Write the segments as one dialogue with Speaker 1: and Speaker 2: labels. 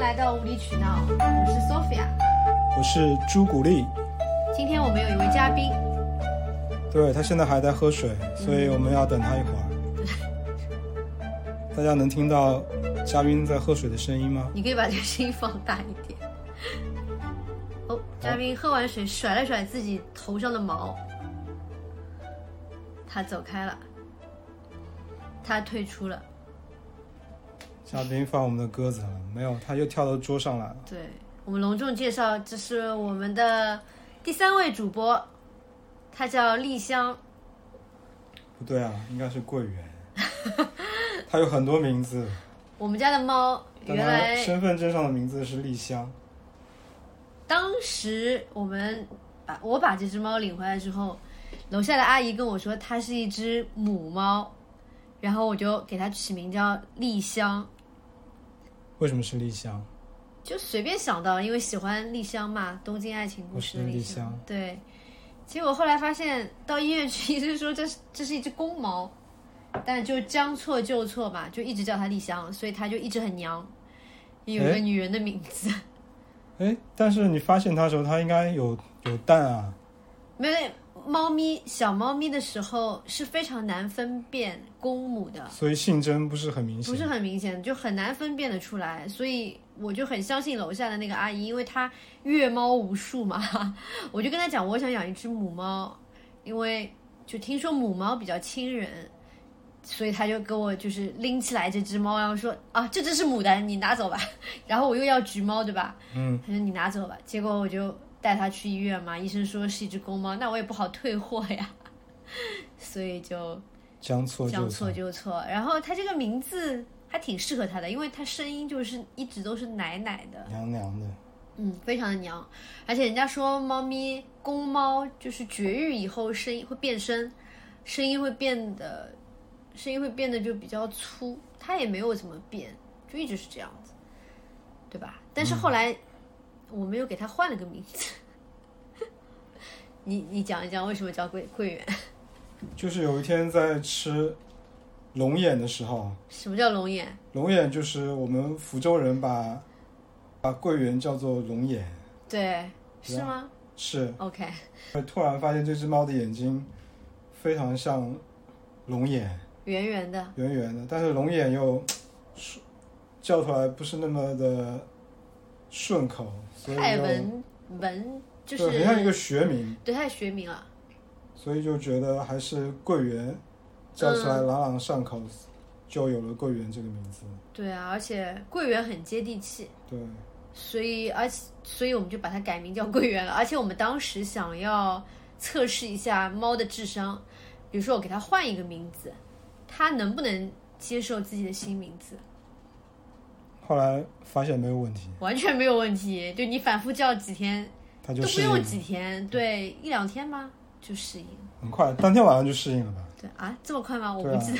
Speaker 1: 来到无理取闹，我是 Sophia。
Speaker 2: 我是朱古力，
Speaker 1: 今天我们有一位嘉宾，
Speaker 2: 对他现在还在喝水，所以我们要等他一会儿。大家能听到嘉宾在喝水的声音吗？
Speaker 1: 你可以把这个声音放大一点。哦，嘉宾喝完水甩了甩自己头上的毛，他走开了，他退出了。
Speaker 2: 嘉宾放我们的鸽子了，没有，他又跳到桌上来了。
Speaker 1: 对我们隆重介绍，这是我们的第三位主播，他叫丽香。
Speaker 2: 不对啊，应该是桂圆。他有很多名字，
Speaker 1: 我们家的猫
Speaker 2: 但
Speaker 1: 原
Speaker 2: 他
Speaker 1: 来
Speaker 2: 身份证上的名字是丽香。
Speaker 1: 当时我们把我把这只猫领回来之后，楼下的阿姨跟我说它是一只母猫，然后我就给它起名叫丽香，
Speaker 2: 为什么是丽香？
Speaker 1: 就随便想到，因为喜欢丽香嘛，《东京爱情故事》的
Speaker 2: 我是
Speaker 1: 丽
Speaker 2: 哦丽香
Speaker 1: 对，结果后来发现到医院去，医生说这是这是一只公猫，但就将错就错嘛，就一直叫它丽香，所以它就一直很娘，有一个
Speaker 2: 诶
Speaker 1: 女人的名字。
Speaker 2: 哎，但是你发现它的时候，它应该有有蛋啊。
Speaker 1: 没有，猫咪小猫咪的时候是非常难分辨公母的，
Speaker 2: 所以性征不是很明显。
Speaker 1: 不是很明显，就很难分辨得出来。所以我就很相信楼下的那个阿姨，因为她阅猫无数嘛， 我就跟她讲，我想养一只母猫，因为就听说母猫比较亲人。所以她就给我就是拎起来这只猫，然后说啊，这只是母的，你拿走吧。 然后我又要橘猫，对吧？
Speaker 2: 嗯，
Speaker 1: 他说你拿走吧。结果我就带他去医院嘛，医生说是一只公猫，那我也不好退货呀， 所以就
Speaker 2: 将错就
Speaker 1: 将
Speaker 2: 错
Speaker 1: 错。就错。然后他这个名字还挺适合他的，因为他声音就是一直都是奶奶的，
Speaker 2: 娘娘的，
Speaker 1: 嗯，非常的娘。而且人家说猫咪公猫就是绝育以后声音会变声，声音会变得声音会变得就比较粗，它也没有怎么变，就一直是这样子，对吧？但是后来、我们又给它换了个名字。 你你讲一讲为什么叫桂桂圆？
Speaker 2: 就是有一天在吃龙眼的时候，啊
Speaker 1: 什么叫龙眼？
Speaker 2: 龙眼就是我们福州人把把桂圆叫做龙眼，
Speaker 1: 对，是吗
Speaker 2: 是。
Speaker 1: ？OK，
Speaker 2: 突然发现这只猫的眼睛非常像龙眼，
Speaker 1: 圆圆的，
Speaker 2: 圆圆的，但是龙眼又是叫出来不是那么的顺口，所以
Speaker 1: 泰
Speaker 2: 就
Speaker 1: 文文就
Speaker 2: 对很像一
Speaker 1: 是
Speaker 2: 个学名，
Speaker 1: 对它的学名了。
Speaker 2: 所以就觉得还是桂圆叫起来
Speaker 1: 嗯
Speaker 2: 朗朗上口，就有了桂圆这个名字。
Speaker 1: 对啊，而且桂圆很接地气，
Speaker 2: 对，
Speaker 1: 所以而且所以我们就把它改名叫桂圆了。而且我们当时想要测试一下猫的智商，比如说我给它换一个名字，它能不能接受自己的新名字？
Speaker 2: 嗯后来发现没有问题，
Speaker 1: 完全没有问题，就你反复叫几天
Speaker 2: 它
Speaker 1: 都
Speaker 2: 就
Speaker 1: 不
Speaker 2: 适应嗯了
Speaker 1: 用，几天，对，一两天吗？就适应。
Speaker 2: 很快，当天晚上就适应了吧？
Speaker 1: 对啊，这么快吗？我
Speaker 2: 对
Speaker 1: 不
Speaker 2: 啊
Speaker 1: 记得。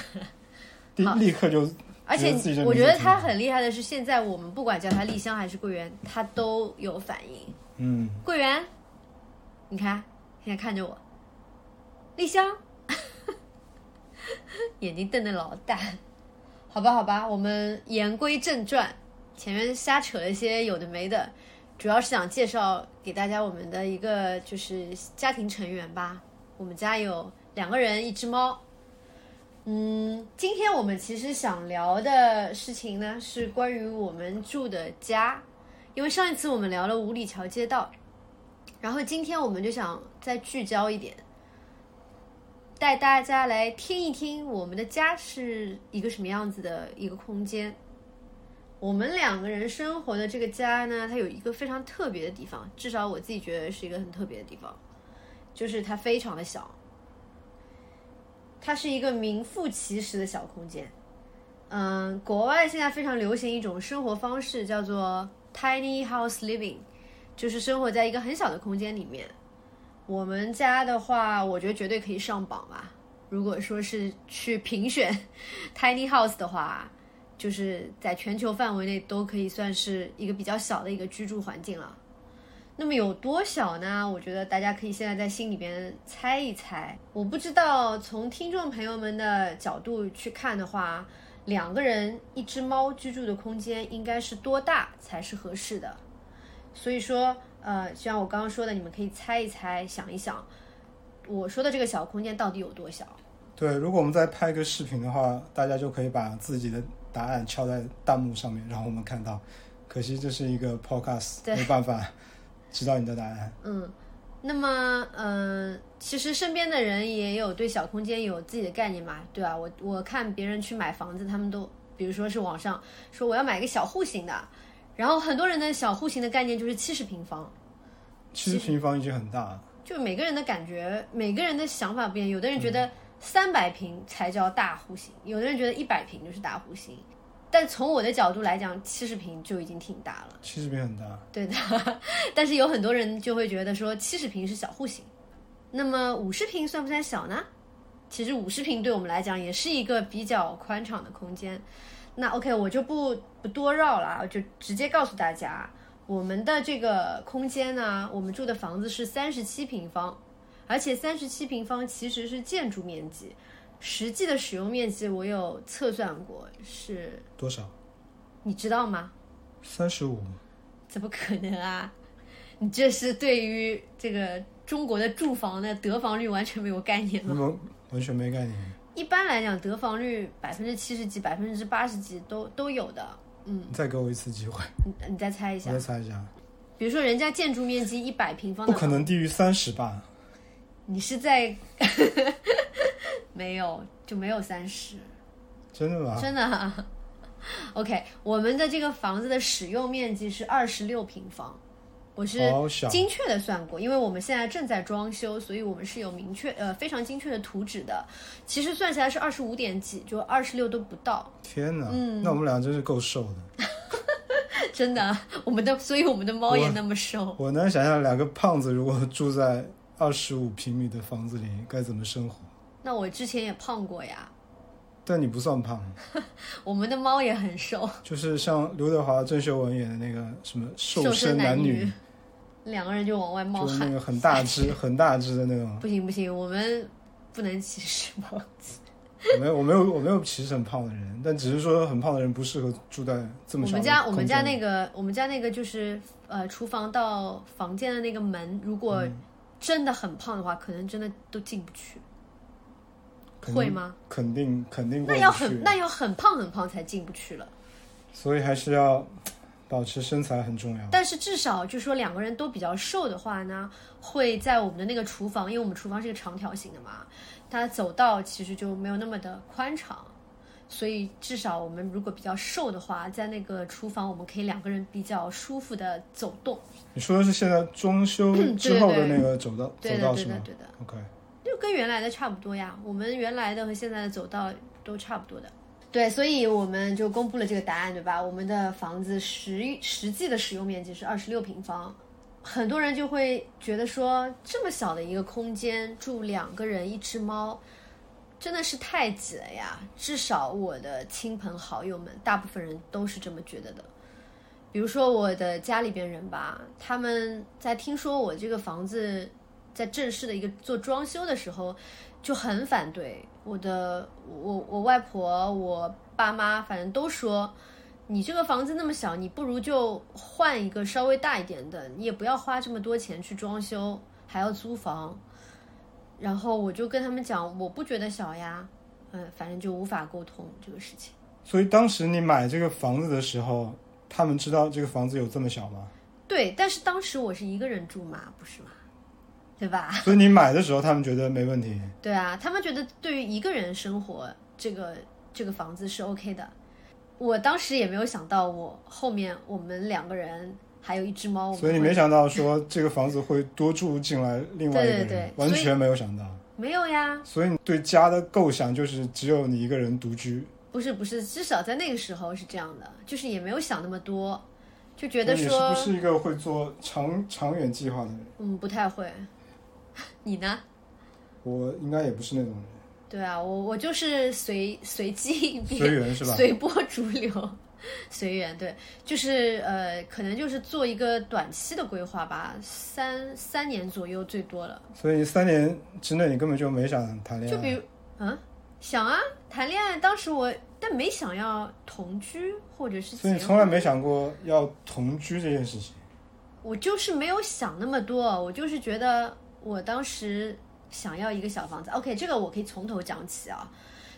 Speaker 2: 立
Speaker 1: 好
Speaker 2: 立刻就
Speaker 1: 而且
Speaker 2: 觉得自己这
Speaker 1: 我
Speaker 2: 名
Speaker 1: 觉
Speaker 2: 字
Speaker 1: 得
Speaker 2: 挺
Speaker 1: 它
Speaker 2: 好
Speaker 1: 很厉害的是，现在我们不管叫它丽香还是桂圆，它都有反应。
Speaker 2: 嗯，
Speaker 1: 桂圆，你看，现在看着我，丽香， 眼睛瞪得老大。好吧，好吧，我们言归正传，前面瞎扯了一些有的没的，主要是想介绍给大家我们的一个就是家庭成员吧。我们家有两个人，一只猫。嗯，今天我们其实想聊的事情呢，是关于我们住的家，因为上一次我们聊了五里桥街道，然后今天我们就想再聚焦一点，带大家来听一听我们的家是一个什么样子的一个空间。我们两个人生活的这个家呢，它有一个非常特别的地方，至少我自己觉得是一个很特别的地方，就是它非常的小，它是一个名副其实的小空间。嗯，国外现在非常流行一种生活方式，叫做 tiny house living，就是生活在一个很小的空间里面。我们家的话，我觉得绝对可以上榜吧。如果说是去评选 tiny house 的话，就是在全球范围内都可以算是一个比较小的一个居住环境了。那么有多小呢？我觉得大家可以现在在心里边猜一猜。我不知道从听众朋友们的角度去看的话，两个人一只猫居住的空间应该是多大才是合适的。所以说，呃，就像我刚刚说的，你们可以猜一猜，想一想，我说的这个小空间到底有多小？
Speaker 2: 对，如果我们再拍一个视频的话，大家就可以把自己的答案敲在弹幕上面，让我们看到。可惜这是一个 podcast，
Speaker 1: 对
Speaker 2: 没办法知道你的答案。
Speaker 1: 嗯，那么，嗯、其实身边的人也有对小空间有自己的概念嘛，对吧、我我看别人去买房子，他们都，比如说是网上说我要买个小户型的，然后很多人的小户型的概念就是七十平方，
Speaker 2: 七十平方已经很大了，
Speaker 1: 就每个人的感觉，每个人的想法不一样。有的人觉得三百平才叫大户型，有的人觉得一百平就是大户型。但从我的角度来讲，七十平就已经挺大了，
Speaker 2: 七十平很大。
Speaker 1: 对的。 但是有很多人就会觉得说七十平是小户型，那么五十平算不算小呢？其实五十平对我们来讲也是一个比较宽敞的空间。那 OK，我就不不多绕了啊，就直接告诉大家，我们的这个空间呢，我们住的房子是三十七平方，而且三十七平方其实是建筑面积，实际的使用面积我有测算过，是
Speaker 2: 多少？
Speaker 1: 你知道吗？
Speaker 2: 三十五。
Speaker 1: 怎么可能啊？你这是对于这个中国的住房的得房率完全没有概念。
Speaker 2: 你们完全没概念。
Speaker 1: 一般来讲，得房率百分之七十几、百分之八十几都都有的。嗯，
Speaker 2: 你再给我一次机会，
Speaker 1: 你你再猜一
Speaker 2: 我
Speaker 1: 下
Speaker 2: 再，猜一下，
Speaker 1: 比如说人家建筑面积一百平方
Speaker 2: 不
Speaker 1: 的，
Speaker 2: 可能低于三十吧？
Speaker 1: 你是在 没有就没有三十，
Speaker 2: 真的吗？
Speaker 1: 真的、啊。OK，我们的这个房子的使用面积是二十六平方，我是
Speaker 2: 好小。
Speaker 1: 精确的算过，因为我们现在正在装修，所以我们是有明确呃非常精确的图纸的。其实算下来是二十五点几，就二十六都不到，
Speaker 2: 天哪，
Speaker 1: 嗯
Speaker 2: 那我们俩真是够瘦的。
Speaker 1: 真的。我们的所以我们的猫也那么瘦，
Speaker 2: 我能想象两个胖子如果住在二十五平米的房子里该怎么生活，
Speaker 1: 那我之前也胖过呀。
Speaker 2: 但你不算胖，
Speaker 1: 我们的猫也很瘦，
Speaker 2: 就是像刘德华、郑秀文演的那个什么《瘦
Speaker 1: 身
Speaker 2: 身男
Speaker 1: 女
Speaker 2: 女》，
Speaker 1: 两个人就往外冒
Speaker 2: 就是
Speaker 1: 汗。
Speaker 2: 那个很大只、 很大只的那种。
Speaker 1: 不行不行，我们不能歧视猫。
Speaker 2: 我没有，我没有，我没有歧视很胖的人，但只是说很胖的人不适合住在这么
Speaker 1: 我
Speaker 2: 小的
Speaker 1: 们家我们家
Speaker 2: 空间里
Speaker 1: 那个我们家那个就是呃厨房到房间的那个门，如果
Speaker 2: 嗯
Speaker 1: 真的很胖的话，可能真的都进不去，
Speaker 2: 肯定
Speaker 1: 会吗？
Speaker 2: 肯定肯定
Speaker 1: 啊那
Speaker 2: 过不
Speaker 1: 要
Speaker 2: 去
Speaker 1: 很，那要很胖很胖才进不去了。
Speaker 2: 所以还是要保持身材很重要。
Speaker 1: 但是至少就说两个人都比较瘦的话呢，会在我们的那个厨房，因为我们厨房是一个长条形的嘛，它走道其实就没有那么的宽敞，所以至少我们如果比较瘦的话，在那个厨房我们可以两个人比较舒服的走动。
Speaker 2: 你说的是现在装修之后的那个走道
Speaker 1: 对
Speaker 2: 走
Speaker 1: 的，
Speaker 2: 道
Speaker 1: 对
Speaker 2: 是
Speaker 1: 的
Speaker 2: 吗，
Speaker 1: 对的，
Speaker 2: ？OK，
Speaker 1: 就跟原来的差不多呀。我们原来的和现在的走道都差不多的。对，所以我们就公布了这个答案，对吧？我们的房子实实际的使用面积是二十六平方，很多人就会觉得说，这么小的一个空间住两个人一只猫，真的是太挤了呀。至少我的亲朋好友们，大部分人都是这么觉得的。比如说我的家里边人吧，他们在听说我这个房子在正式的一个做装修的时候，就很反对我的我我外婆我爸妈，反正都说你这个房子那么小，你不如就换一个稍微大一点的，你也不要花这么多钱去装修，还要租房。然后我就跟他们讲，我不觉得小呀，嗯，反正就无法沟通这个事情。
Speaker 2: 所以当时你买这个房子的时候，他们知道这个房子有这么小吗？
Speaker 1: 对，但是当时我是一个人住嘛，不是吗？对吧？
Speaker 2: 所以你买的时候他们觉得没 问题，
Speaker 1: 对啊，他们觉得对于一个人生活，这个这个房子是 OK 的。我当时也没有想到我，后面我们两个人还有一只猫，我们
Speaker 2: 所以你
Speaker 1: 会
Speaker 2: 没想到说这个房子会多住进来另外一个人，
Speaker 1: 对对对
Speaker 2: 完
Speaker 1: 所啊
Speaker 2: 全没有想到。
Speaker 1: 没有呀？
Speaker 2: 所以你对家的构想就是只有你一个人独居，
Speaker 1: 不是不是，至少在那个时候是这样的，就是也没有想那么多，就觉得
Speaker 2: 那你
Speaker 1: 说，
Speaker 2: 是不是一个会做长长远计划的人？
Speaker 1: 嗯，不太会。 你呢？
Speaker 2: 我应该也不是那种人。
Speaker 1: 对啊，我我就是随随机 应变，
Speaker 2: 随缘是吧
Speaker 1: 随波逐流，随缘。对，就是呃，可能就是做一个短期的规划吧，三三年左右最多了。
Speaker 2: 所以三年之内你根本就没想谈恋
Speaker 1: 就
Speaker 2: 爱，
Speaker 1: 比如，嗯，想啊，谈恋爱当时我但没想要同居或者是
Speaker 2: 所以你
Speaker 1: 结
Speaker 2: 从来
Speaker 1: 婚
Speaker 2: 没想过要同居这件事 情。
Speaker 1: 我就是没有想那么多，我就是觉得我当时想要一个小房子。OK，这个我可以从头讲起啊，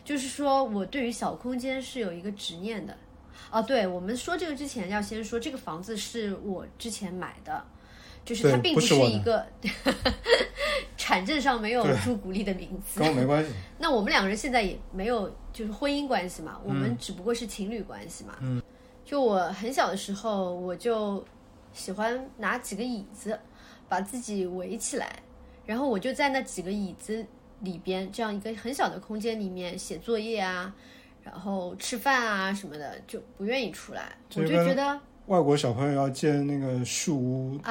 Speaker 1: 就是说我对于小空间是有一个执念的。啊，对，我们说这个之前要先说这个房子是我之前买的，就是它
Speaker 2: 对
Speaker 1: 并
Speaker 2: 不是
Speaker 1: 是
Speaker 2: 我的
Speaker 1: 一个 产证上没有
Speaker 2: 对
Speaker 1: 朱古力的名字
Speaker 2: 跟。我没关系。
Speaker 1: 那我们两个人现在也没有就是婚姻关系嘛，
Speaker 2: 嗯
Speaker 1: 我们只不过是情侣关系嘛。
Speaker 2: 嗯，
Speaker 1: 就我很小的时候，我就喜欢拿几个椅子把自己围起来，然后我就在那几个椅子里边这样一个很小的空间里面写作业啊，然后吃饭啊什么的，就不愿意出来。
Speaker 2: 这
Speaker 1: 我
Speaker 2: 就
Speaker 1: 就
Speaker 2: 跟
Speaker 1: 觉得
Speaker 2: 外国小朋友要建那个树屋的感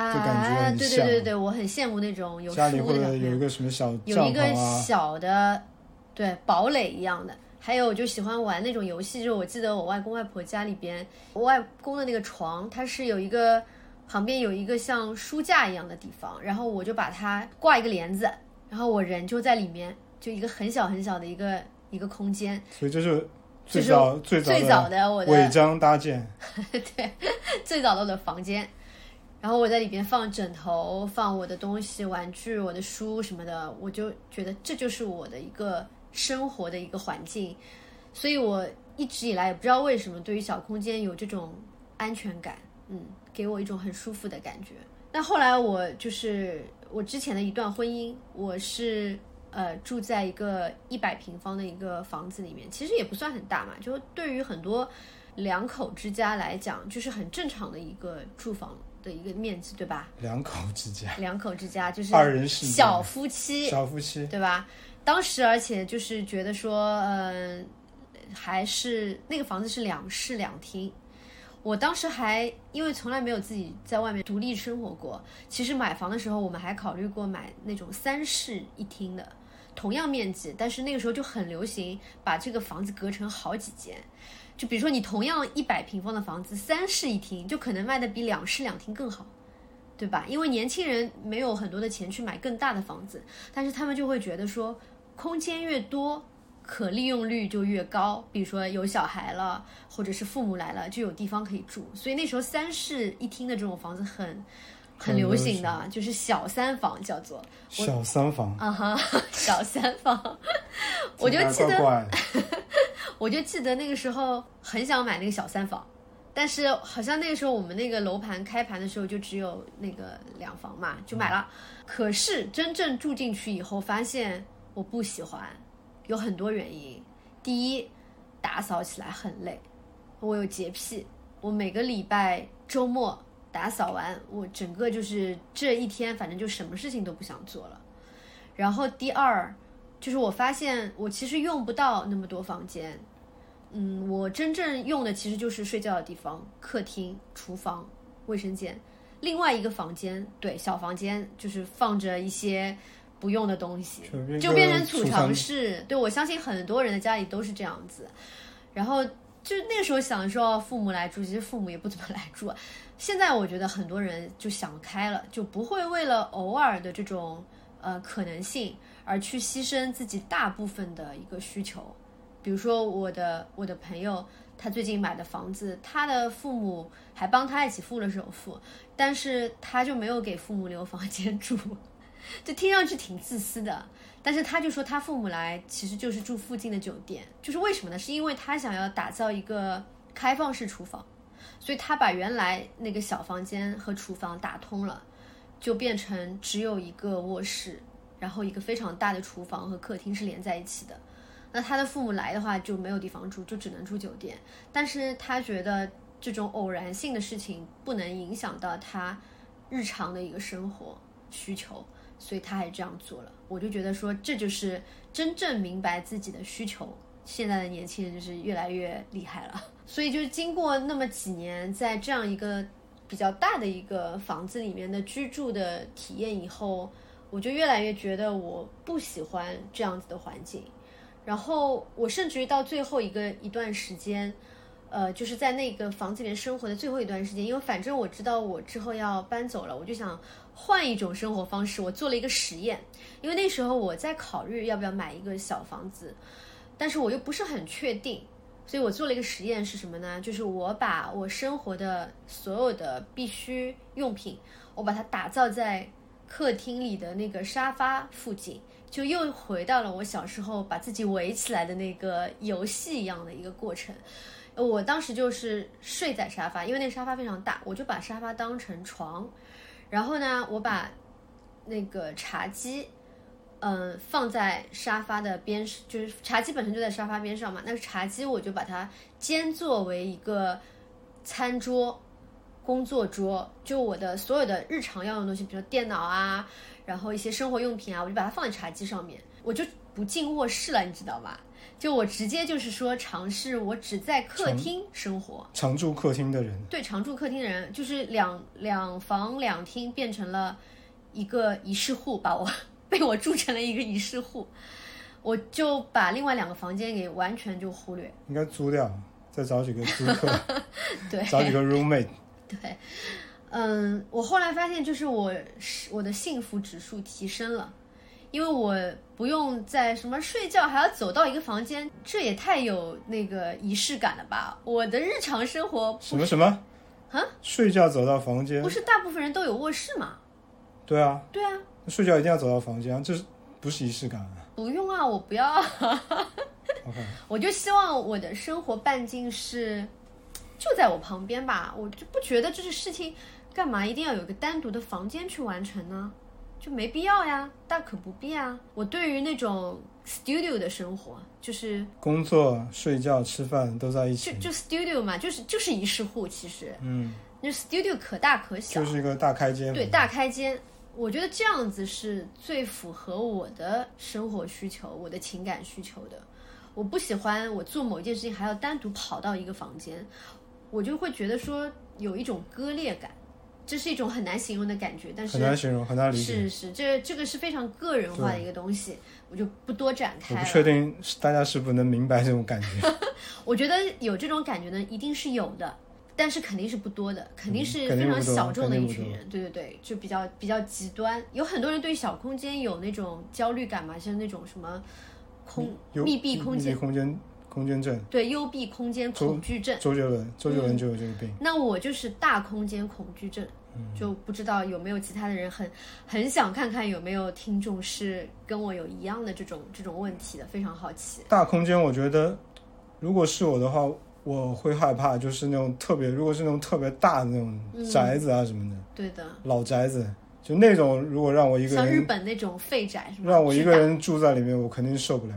Speaker 2: 觉
Speaker 1: 啊，
Speaker 2: 很
Speaker 1: 对对
Speaker 2: 像，
Speaker 1: 对对对，我很羡慕那种有书
Speaker 2: 家
Speaker 1: 的
Speaker 2: 里
Speaker 1: 小
Speaker 2: 或
Speaker 1: 朋
Speaker 2: 者
Speaker 1: 友。
Speaker 2: 有一个什么小
Speaker 1: 有一
Speaker 2: 帐
Speaker 1: 个
Speaker 2: 篷啊，
Speaker 1: 小的，对堡垒一样的。还有我就喜欢玩那种游戏，就是我记得我外公外婆家里边，我外公的那个床，它是有一个旁边有一个像书架一样的地方，然后我就把它挂一个帘子，然后我人就在里面，就一个很小很小的一个一个空间，
Speaker 2: 所以这是
Speaker 1: 这
Speaker 2: 最
Speaker 1: 是
Speaker 2: 早最
Speaker 1: 最
Speaker 2: 早
Speaker 1: 早的我的
Speaker 2: 违章搭建。
Speaker 1: 最早的我的房间，然后我在里边放枕头、放我的东西、玩具、我的书什么的，我就觉得这就是我的一个生活的一个环境，所以我一直以来也不知道为什么对于小空间有这种安全感，嗯，给我一种很舒服的感觉。那后来我就是我之前的一段婚姻，我是呃住在一个一百平方的一个房子里面，其实也不算很大嘛，就对于很多两口之家来讲，就是很正常的一个住房的一个面积，对吧？
Speaker 2: 两口之家，
Speaker 1: 两口之家就是
Speaker 2: 啊二人世界
Speaker 1: 小夫妻，
Speaker 2: 小夫妻，
Speaker 1: 对吧？当时而且就是觉得说，嗯、还是那个房子是两室两厅。我当时还因为从来没有自己在外面独立生活过，其实买房的时候我们还考虑过买那种三室一厅的，同样面积，但是那个时候就很流行把这个房子隔成好几间。就比如说你同样一百平方的房子，三室一厅就可能卖的比两室两厅更好，对吧？因为年轻人没有很多的钱去买更大的房子，但是他们就会觉得说，空间越多，可利用率就越高。比如说有小孩了，或者是父母来了，就有地方可以住。所以那时候三室一厅的这种房子很很
Speaker 2: 很
Speaker 1: 流
Speaker 2: 流
Speaker 1: 行的，就是小三房叫做。
Speaker 2: 小三房，
Speaker 1: 啊哈， 小三房， 我就
Speaker 2: 听起
Speaker 1: 记
Speaker 2: 来
Speaker 1: 得，
Speaker 2: 怪怪的
Speaker 1: 我就记得那个时候很想买那个小三房，但是好像那个时候我们那个楼盘开盘的时候就只有那个两房嘛，就买了。可是真正住进去以后，发现我不喜欢，有很多原因。第一，打扫起来很累，我有洁癖，我每个礼拜周末打扫完，我整个就是这一天，反正就什么事情都不想做了。然后第二，就是我发现我其实用不到那么多房间，嗯，我真正用的其实就是睡觉的地方，客厅、厨房、卫生间，另外一个房间，对，小房间就是放着一些不用的东西，就
Speaker 2: 就
Speaker 1: 变
Speaker 2: 变
Speaker 1: 成
Speaker 2: 成
Speaker 1: 储
Speaker 2: 储
Speaker 1: 藏
Speaker 2: 藏
Speaker 1: 室。对，我相信很多人的家里都是这样子。然后就那个时候想说哦父母来住，其实父母也不怎么来住。现在我觉得很多人就想开了，就不会为了偶尔的这种呃可能性而去牺牲自己大部分的一个需求。比如说我的我的朋友，他最近买的房子，他的父母还帮他一起付了首付，但是他就没有给父母留房间住， 就听上去挺自私的。但是他就说他父母来其实就是住附近的酒店，就是为什么呢？是因为他想要打造一个开放式厨房，所以他把原来那个小房间和厨房打通了，就变成只有一个卧室，然后一个非常大的厨房和客厅是连在一起的。那他的父母来的话就没有地方住，就只能住酒店。但是他觉得这种偶然性的事情不能影响到他日常的一个生活需求，所以他还这样做了。我就觉得说，这就是真正明白自己的需求。现在的年轻人就是越来越厉害了，所以就是经过那么几年，在这样一个比较大的一个房子里面的居住的体验以后，我就越来越觉得我不喜欢这样子的环境。然后我甚至于到最后一个一段时间，呃，就是在那个房子里面生活的最后一段时间，因为反正我知道我之后要搬走了，我就想换一种生活方式。我做了一个实验，因为那时候我在考虑要不要买一个小房子，但是我又不是很确定，所以我做了一个实验是什么呢？就是我把我生活的所有的必需用品，我把它打造在客厅里的那个沙发附近，就又回到了我小时候把自己围起来的那个游戏一样的一个过程。呃我当时就是睡在沙发，因为那个沙发非常大，我就把沙发当成床，然后呢，我把那个茶几嗯，放在沙发的边，就是茶几本身就在沙发边上嘛。那个茶几我就把它兼作为一个餐桌、工作桌，就我的所有的日常要用的东西，比如说电脑啊，然后一些生活用品啊，我就把它放在茶几上面，我就不进卧室了，你知道吧？就我直接就是说尝试，我只在客
Speaker 2: 常
Speaker 1: 厅生活。
Speaker 2: 常住客厅的人，
Speaker 1: 对，常住客厅的人就是两两房两厅变成了一个一室户，把我 被我住成了一个一室户，我就把另外两个房间给完全就忽略。
Speaker 2: 应该租掉，再找几个租客，
Speaker 1: 对，
Speaker 2: 找几个 roommate。
Speaker 1: 对，嗯，我后来发现，就是我是我的幸福指数提升了，因为我不用在什么睡觉还要走到一个房间，这也太有那个仪式感了吧！我的日常生活
Speaker 2: 什么什么？啊？睡觉走到房间？
Speaker 1: 不是大部分人都有卧室嘛？
Speaker 2: 对啊，
Speaker 1: 对啊，
Speaker 2: 睡觉一定要走到房间，啊这是不是仪式感啊
Speaker 1: 不用啊，我不要啊。
Speaker 2: ？OK，
Speaker 1: 我就希望我的生活半径是就在我旁边吧，我就不觉得这是事情，干嘛一定要有个单独的房间去完成呢？就没必要呀，大可不必啊。我对于那种 studio 的生活，就是
Speaker 2: 工作、睡觉、吃饭都在一
Speaker 1: 就
Speaker 2: 起，
Speaker 1: 就 studio 嘛，就是就是一室户，其实
Speaker 2: 嗯，
Speaker 1: 那 studio 可大可小，
Speaker 2: 就是一个大开间。
Speaker 1: 对，大开间。我觉得这样子是最符合我的生活需求、我的情感需求的。我不喜欢我做某一件事情还要单独跑到一个房间，我就会觉得说有一种割裂感，这是一种很难形容的感觉。但
Speaker 2: 很
Speaker 1: 是
Speaker 2: 难形容，很难理解。
Speaker 1: 是是，这这个是非常个人化的一个东西，我就不多展
Speaker 2: 我
Speaker 1: 开
Speaker 2: 不
Speaker 1: 了。
Speaker 2: 确定是大家是不能明白这种感觉，
Speaker 1: 我觉得有这种感觉呢，一定是有的，但是肯定是不多的，肯定是
Speaker 2: 嗯肯
Speaker 1: 非
Speaker 2: 定
Speaker 1: 常
Speaker 2: 不多
Speaker 1: 小众的
Speaker 2: 肯
Speaker 1: 一
Speaker 2: 定不
Speaker 1: 群人。对对对，就比较比较极端。有很多人对小空间有那种焦虑感嘛，像那种什么空
Speaker 2: 嗯有
Speaker 1: 密闭空
Speaker 2: 密
Speaker 1: 间，
Speaker 2: 闭空间空间症，
Speaker 1: 对幽闭空间
Speaker 2: 周
Speaker 1: 恐惧症。
Speaker 2: 周杰伦，周
Speaker 1: 嗯
Speaker 2: 杰伦就有这个病。
Speaker 1: 那我就是大空间恐惧症，
Speaker 2: 嗯
Speaker 1: 就不知道有没有其他的人很很想看看有没有听众是跟我有一样的这种这种问题的，非常好奇。
Speaker 2: 大空间，我觉得如果是我的话，我会害怕，就是那种特别，如果是那种特别大的那
Speaker 1: 嗯
Speaker 2: 种宅子啊什么的，
Speaker 1: 对的，
Speaker 2: 老宅子，就那种如果让我一个
Speaker 1: 像日
Speaker 2: 人，
Speaker 1: 本那种废宅是吧？
Speaker 2: 让我一
Speaker 1: 巨
Speaker 2: 个
Speaker 1: 大
Speaker 2: 人住在里面，我肯定受不了，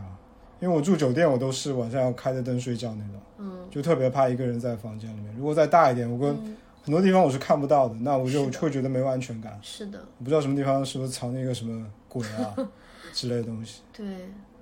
Speaker 2: 因为我住酒店，我都是晚上要开着灯睡觉那种，
Speaker 1: 嗯。
Speaker 2: 就特别怕一个人在房间里面。如果再大一点，我跟、
Speaker 1: 嗯
Speaker 2: 很多地方我是看不到的，那我就是
Speaker 1: 的
Speaker 2: 会觉得没有安全感。
Speaker 1: 嗯是的，
Speaker 2: 我不知道什么地方是不是藏了一个什么鬼 啊之类的东西。
Speaker 1: 对，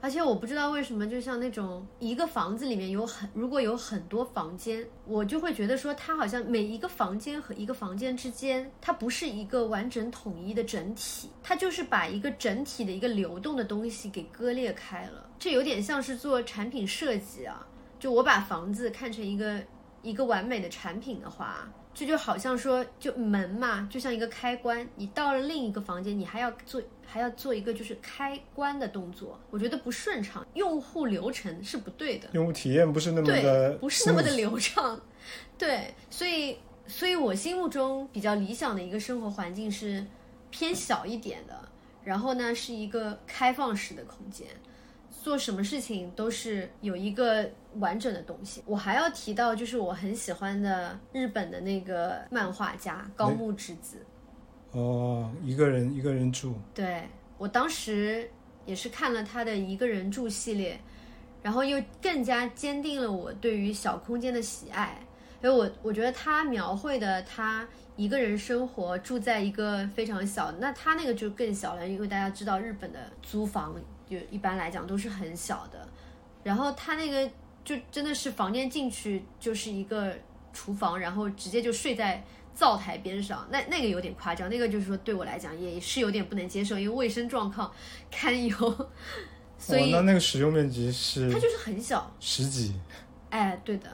Speaker 1: 而且我不知道为什么，就像那种一个房子里面有很，如果有很多房间，我就会觉得说，它好像每一个房间和一个房间之间，它不是一个完整统一的整体，它就是把一个整体的一个流动的东西给割裂开了。这有点像是做产品设计啊，就我把房子看成一个一个完美的产品的话，这就好像说，就门嘛，就像一个开关，你到了另一个房间，你还要做还要做一个就是开关的动作，我觉得不顺畅，用户流程是不对的，
Speaker 2: 用户体验不是那么
Speaker 1: 对
Speaker 2: 的，，嗯
Speaker 1: 不是那么的流畅，对，所以所以我心目中比较理想的一个生活环境是偏小一点的，然后呢是一个开放式的空间。做什么事情都是有一个完整的东西。我还要提到，就是我很喜欢的日本的那个漫画家高木直子。
Speaker 2: 哦，一个人一个人住，
Speaker 1: 对我当时也是看了他的一个人住系列，然后又更加坚定了我对于小空间的喜爱。因为我我觉得他描绘的他一个人生活住在一个非常小，那他那个就更小了，因为大家知道日本的租房就一般来讲都是很小的，然后他那个就真的是房间进去就是一个厨房，然后直接就睡在灶台边上，那那个有点夸张，那个就是说对我来讲也是有点不能接受，因为卫生状况堪忧，所
Speaker 2: 哦，
Speaker 1: 以
Speaker 2: 那那个使用面积
Speaker 1: 它
Speaker 2: 是
Speaker 1: 就是很小，
Speaker 2: 十几，
Speaker 1: 哎，对的，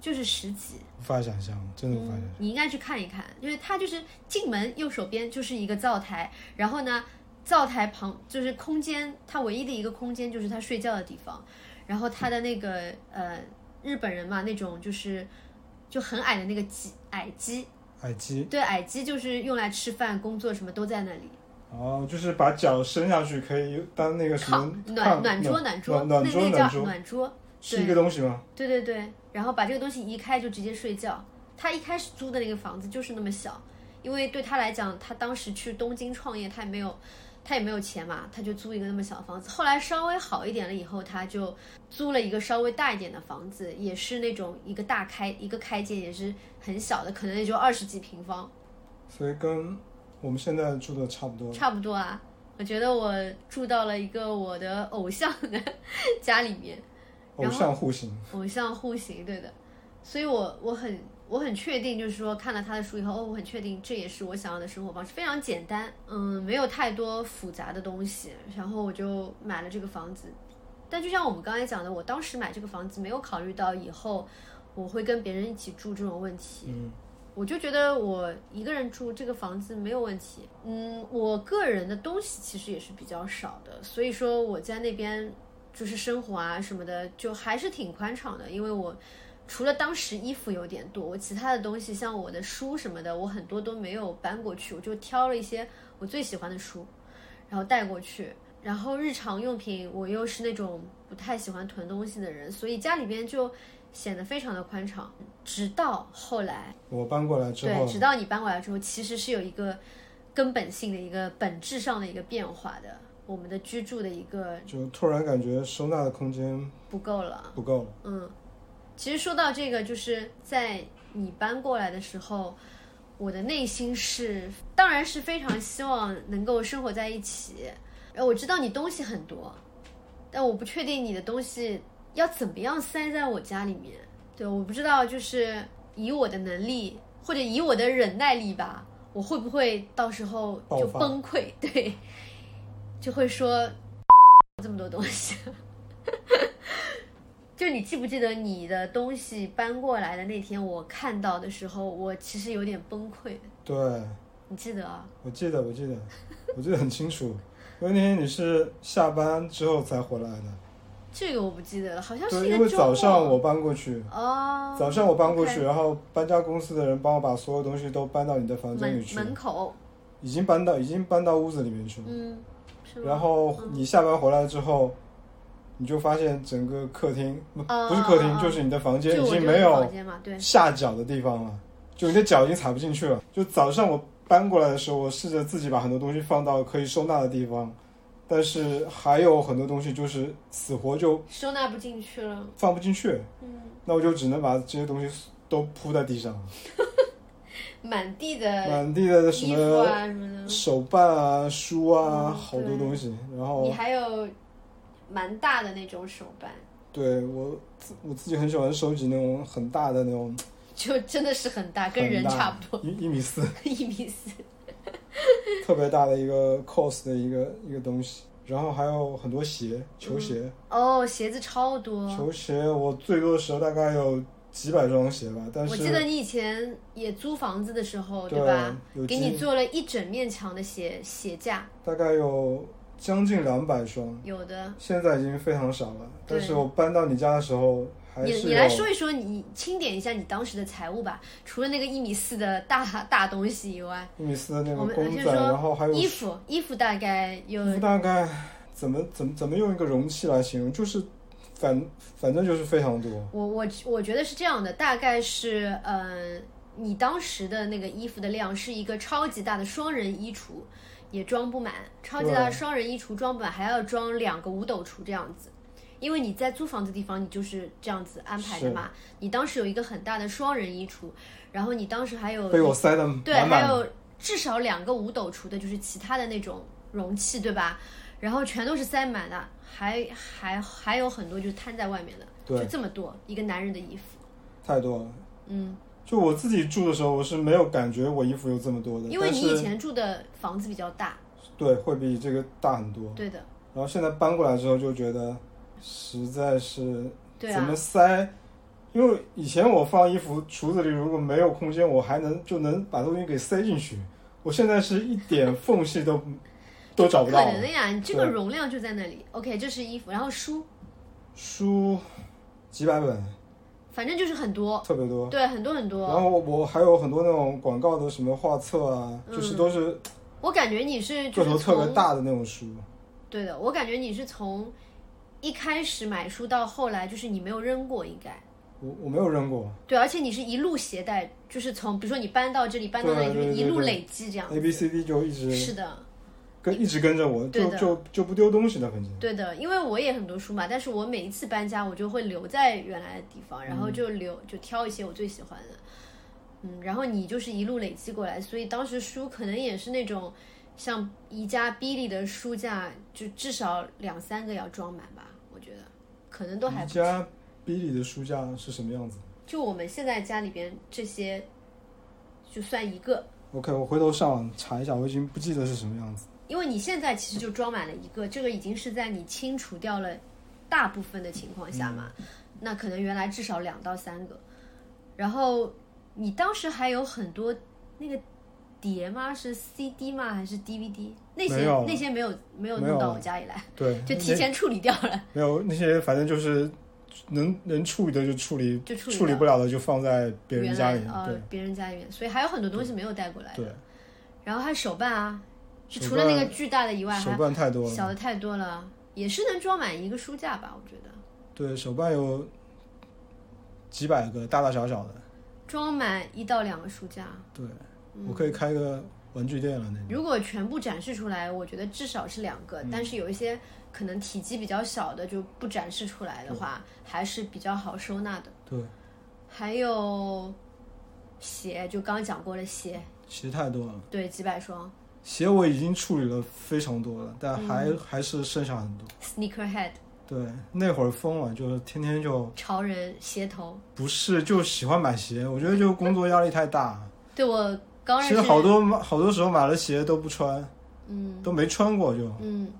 Speaker 1: 就是十几。
Speaker 2: 无法想象，真的无法想象。
Speaker 1: 你应该去看一看，因为它就是进门右手边就是一个灶台，然后呢，灶台旁就是空间，它唯一的一个空间就是他睡觉的地方，然后他的那个
Speaker 2: 嗯
Speaker 1: 呃日本人嘛，那种就是就很矮的那个鸡矮鸡，
Speaker 2: 矮鸡。
Speaker 1: 对，矮鸡就是用来吃饭、工作什么都在那里。
Speaker 2: 哦，就是把脚伸下去可以当那个什
Speaker 1: 炕
Speaker 2: 么
Speaker 1: 暖
Speaker 2: 炕
Speaker 1: 暖桌
Speaker 2: 嗯暖
Speaker 1: 桌，那
Speaker 2: 暖桌
Speaker 1: 那
Speaker 2: 暖
Speaker 1: 叫
Speaker 2: 桌
Speaker 1: 暖桌。
Speaker 2: 是一个东西吗？
Speaker 1: 对对对，然后把这个东西移开就直接睡觉。他一开始租的那个房子就是那么小，因为对他来讲，他当时去东京创业，他也没有他也没有钱嘛，他就租一个那么小的房子。后来稍微好一点了以后，他就租了一个稍微大一点的房子，也是那种一个大开一个开间，也是很小的，可能也就二十几平方。
Speaker 2: 所以跟我们现在住的差不多。
Speaker 1: 差不多啊。我觉得我住到了一个我的偶像的 家里面，
Speaker 2: 偶像哦户型，
Speaker 1: 偶像户型，对的。所以我我很我很确定，就是说看了他的书以后，哦，我很确定这也是我想要的生活方式，非常简单，嗯，没有太多复杂的东西。然后我就买了这个房子。但就像我们刚才讲的，我当时买这个房子没有考虑到以后我会跟别人一起住这种问题。
Speaker 2: 嗯，
Speaker 1: 我就觉得我一个人住这个房子没有问题。嗯，我个人的东西其实也是比较少的，所以说我在那边就是生活啊什么的，就还是挺宽敞的。因为我除了当时衣服有点多，我其他的东西像我的书什么的，我很多都没有搬过去，我就挑了一些我最喜欢的书，然后带过去。然后日常用品，我又是那种不太喜欢囤东西的人，所以家里边就显得非常的宽敞。直到后来。
Speaker 2: 嗯我搬过来之
Speaker 1: 对，
Speaker 2: 后，
Speaker 1: 直到你搬过来之后，其实是有一个根本性的一个本质上的一个变化的，我们的居住的一个
Speaker 2: 就突然感觉收纳的空间
Speaker 1: 不够了。
Speaker 2: 不够了。
Speaker 1: 嗯，其实说到这个，就是在你搬过来的时候，我的内心是，当然是非常希望能够生活在一起。然后我知道你东西很多，但我不确定你的东西要怎么样塞在我家里面。对，我不知道，就是以我的能力或者以我的忍耐力吧，我会不会到时候就
Speaker 2: 爆发
Speaker 1: 崩溃？ 对，就会说 这么多东西。就你记不记得你的东西搬过来的那天，我看到的时候，我其实有点崩溃。
Speaker 2: 对，
Speaker 1: 你记得啊？
Speaker 2: 我记得，我记得，我记得很清楚。因为那天你是下班之后才回来的，
Speaker 1: 这个我不记得了，好像是
Speaker 2: 对，
Speaker 1: 一个
Speaker 2: 因为
Speaker 1: 周
Speaker 2: 早
Speaker 1: 末
Speaker 2: 上我搬过去，
Speaker 1: 哦，
Speaker 2: 早上我搬过
Speaker 1: OK
Speaker 2: 去，然后搬家公司的人帮我把所有东西都搬到你的房间
Speaker 1: 门
Speaker 2: 里去，
Speaker 1: 门口，
Speaker 2: 已经搬到已经搬到屋子里面去了。
Speaker 1: 嗯，是吗？
Speaker 2: 然后你下班回来之后，你就发现整个客厅不
Speaker 1: 哦
Speaker 2: 不是客
Speaker 1: 哦
Speaker 2: 厅，
Speaker 1: 哦
Speaker 2: 就是你的房间
Speaker 1: 就
Speaker 2: 已
Speaker 1: 我
Speaker 2: 经
Speaker 1: 这
Speaker 2: 没
Speaker 1: 个
Speaker 2: 有
Speaker 1: 房间嘛，对，
Speaker 2: 下脚的地方了，啊就你的脚已经踩不进去了。就早上我搬过来的时候，我试着自己把很多东西放到可以收纳的地方，但是还有很多东西就是死活就
Speaker 1: 收纳不进去了，
Speaker 2: 放不进去，
Speaker 1: 嗯，
Speaker 2: 那我就只能把这些东西都铺在地上，
Speaker 1: 满地的
Speaker 2: 满地的什
Speaker 1: 呃衣服
Speaker 2: 么
Speaker 1: 啊什么的，
Speaker 2: 手办啊、书啊，
Speaker 1: 嗯
Speaker 2: 好多
Speaker 1: 对
Speaker 2: 东西。然
Speaker 1: 你
Speaker 2: 后
Speaker 1: 还有蛮大的那种手办，
Speaker 2: 对我自我自己很喜欢收集那种很大的那种，
Speaker 1: 就真的是很大，跟
Speaker 2: 很
Speaker 1: 人
Speaker 2: 大
Speaker 1: 差不多，
Speaker 2: 一一米四，
Speaker 1: 一米四，
Speaker 2: 特别大的一个 cos 的一个一个东西。然后还有很多鞋，球鞋。
Speaker 1: 哦，鞋子超多，
Speaker 2: 球鞋我最多的时候大概有几百双鞋吧，但是
Speaker 1: 我记得你以前也租房子的时候，
Speaker 2: 对
Speaker 1: 吧？
Speaker 2: 有
Speaker 1: 给你
Speaker 2: 几
Speaker 1: 做了一整面墙的鞋鞋架，
Speaker 2: 大概有将近两百双，
Speaker 1: 有的。
Speaker 2: 现在已经非常少了。
Speaker 1: 对
Speaker 2: 但是我搬到你家的时候还
Speaker 1: 你
Speaker 2: 是
Speaker 1: 你
Speaker 2: 有
Speaker 1: 来说一说，你清点一下你当时的财务吧。除了那个一米四的大大东西以外，
Speaker 2: 一米四的那
Speaker 1: 我
Speaker 2: 个
Speaker 1: 们
Speaker 2: 公
Speaker 1: 先
Speaker 2: 仔，
Speaker 1: 说
Speaker 2: 然后还有嗯
Speaker 1: 衣服衣服大概有
Speaker 2: 服大概怎么怎么怎么用一个容器来形容，就是反反正就是非常多。
Speaker 1: 我我我觉得是这样的，大概是嗯、呃，你当时的那个衣服的量是一个超级大的双人衣橱，也装不满，超级大的双人衣橱装不满，还要装两个五斗橱这样子。因为你在租房子地方，你就是这样子安排的嘛。你当时有一个很大的双人衣橱，然后你当时还有
Speaker 2: 被我塞得
Speaker 1: 对，
Speaker 2: 满
Speaker 1: 还
Speaker 2: 满的，
Speaker 1: 有至少两个五斗橱的，就是其他的那种容器，对吧？然后全都是塞满的，还还还有很多就是摊在外面的，
Speaker 2: 对
Speaker 1: 就这么多一个男人的衣服，
Speaker 2: 太多了。
Speaker 1: 嗯，
Speaker 2: 就我自己住的时候，我是没有感觉我衣服有这么多的，
Speaker 1: 因为你
Speaker 2: 但
Speaker 1: 以
Speaker 2: 是
Speaker 1: 前住的房子比较大，
Speaker 2: 对会比这个大很多。
Speaker 1: 对的，
Speaker 2: 然后现在搬过来之后就觉得实在是
Speaker 1: 对
Speaker 2: 怎
Speaker 1: 啊
Speaker 2: 么，塞，因为以前我放衣服橱子里如果没有空间，我还能就能把东西给塞进去，我现在是一点缝隙都都找
Speaker 1: 不
Speaker 2: 不
Speaker 1: 可
Speaker 2: 到。
Speaker 1: 能的呀，你这个
Speaker 2: 对
Speaker 1: 容量就在那里。OK，这是衣服，然后书，
Speaker 2: 书几百本，
Speaker 1: 反正就是很多，
Speaker 2: 特别多。
Speaker 1: 对，很多很
Speaker 2: 然
Speaker 1: 多。
Speaker 2: 后我还有很多那种广告的什么画册啊，就是都是
Speaker 1: 我感觉你嗯是就
Speaker 2: 个头
Speaker 1: 是
Speaker 2: 特别
Speaker 1: 从
Speaker 2: 大的那种书。
Speaker 1: 对的，我感觉你是从一开始买书到后来，就是你没有扔过，应该
Speaker 2: 我我没有扔过
Speaker 1: 对，而且你是一路携带，就是从比如说你搬到这里，搬到那里，
Speaker 2: 对
Speaker 1: 就是
Speaker 2: 对
Speaker 1: 一
Speaker 2: 对
Speaker 1: 路
Speaker 2: 对
Speaker 1: 累积这样。
Speaker 2: ，A B C D 就一直
Speaker 1: 是的，
Speaker 2: 跟一直跟着我，
Speaker 1: 对
Speaker 2: 就
Speaker 1: 的
Speaker 2: 就就不丢东西的，反正。
Speaker 1: 对的，因为我也很多书嘛，但是我每一次搬家，我就会留在原来的地方，然
Speaker 2: 嗯
Speaker 1: 后就留就挑一些我最喜欢的，嗯，然后你就是一路累积过来，所以当时书可能也是那种像宜家、B 里的书架，就至少两三个要装满吧，我觉得可能都还
Speaker 2: 宜家 B 里的书架是什么样子
Speaker 1: 就我们现在家里边这些，就算一个，
Speaker 2: ？OK，我回头上网查一下，我已经不记得是什么 样子。
Speaker 1: 因为你现在其实就装满了一个，这个已经是在你清除掉了大部分的情况下
Speaker 2: 嗯
Speaker 1: 嘛，那可能原来至少两到三个，然后你当时还有很多那个碟吗？是 CD 吗？还是 DVD？那
Speaker 2: 没
Speaker 1: 些
Speaker 2: 有
Speaker 1: 那些没有没有
Speaker 2: 没
Speaker 1: 弄
Speaker 2: 有
Speaker 1: 到我家里来，
Speaker 2: 对，
Speaker 1: 就提前处理掉了。
Speaker 2: 没有那些，反正就是能能处理的就处理，
Speaker 1: 就处
Speaker 2: 处
Speaker 1: 理掉
Speaker 2: 理不了的就放在别
Speaker 1: 原
Speaker 2: 人
Speaker 1: 来
Speaker 2: 家里。
Speaker 1: 呃，别人家里面，所以还有很多东西没有带过来
Speaker 2: 对
Speaker 1: 的。然后还有手办啊，就
Speaker 2: 手
Speaker 1: 除了那个
Speaker 2: 办
Speaker 1: 巨大的以外，
Speaker 2: 对，
Speaker 1: 还
Speaker 2: 手办太多了。
Speaker 1: 小的太多了，也是能装满一个书架吧？我觉得
Speaker 2: 对，手办有几百个，大大小小的。
Speaker 1: 装满一到两个书架，
Speaker 2: 对，
Speaker 1: 嗯
Speaker 2: 我可以开个玩具店了那种。
Speaker 1: 如果全部展示出来，我觉得至少是两个。但是有一些可能体积比较小的就不展示出来的话，还是比较好收纳的。
Speaker 2: 对，
Speaker 1: 还有鞋，就刚讲过了，鞋
Speaker 2: 鞋太多了，
Speaker 1: 对几百双
Speaker 2: 鞋我已经处理了非常多了，但还、还是剩下很多。
Speaker 1: ，sneakerhead
Speaker 2: 对，那会儿疯了，就是天天就
Speaker 1: 潮人鞋头，
Speaker 2: 不是就喜欢买鞋，我觉得就工作压力太大。
Speaker 1: 对我刚认
Speaker 2: 其
Speaker 1: 识
Speaker 2: 实好多好多时候买了鞋都不穿，嗯，都没穿过就
Speaker 1: 嗯，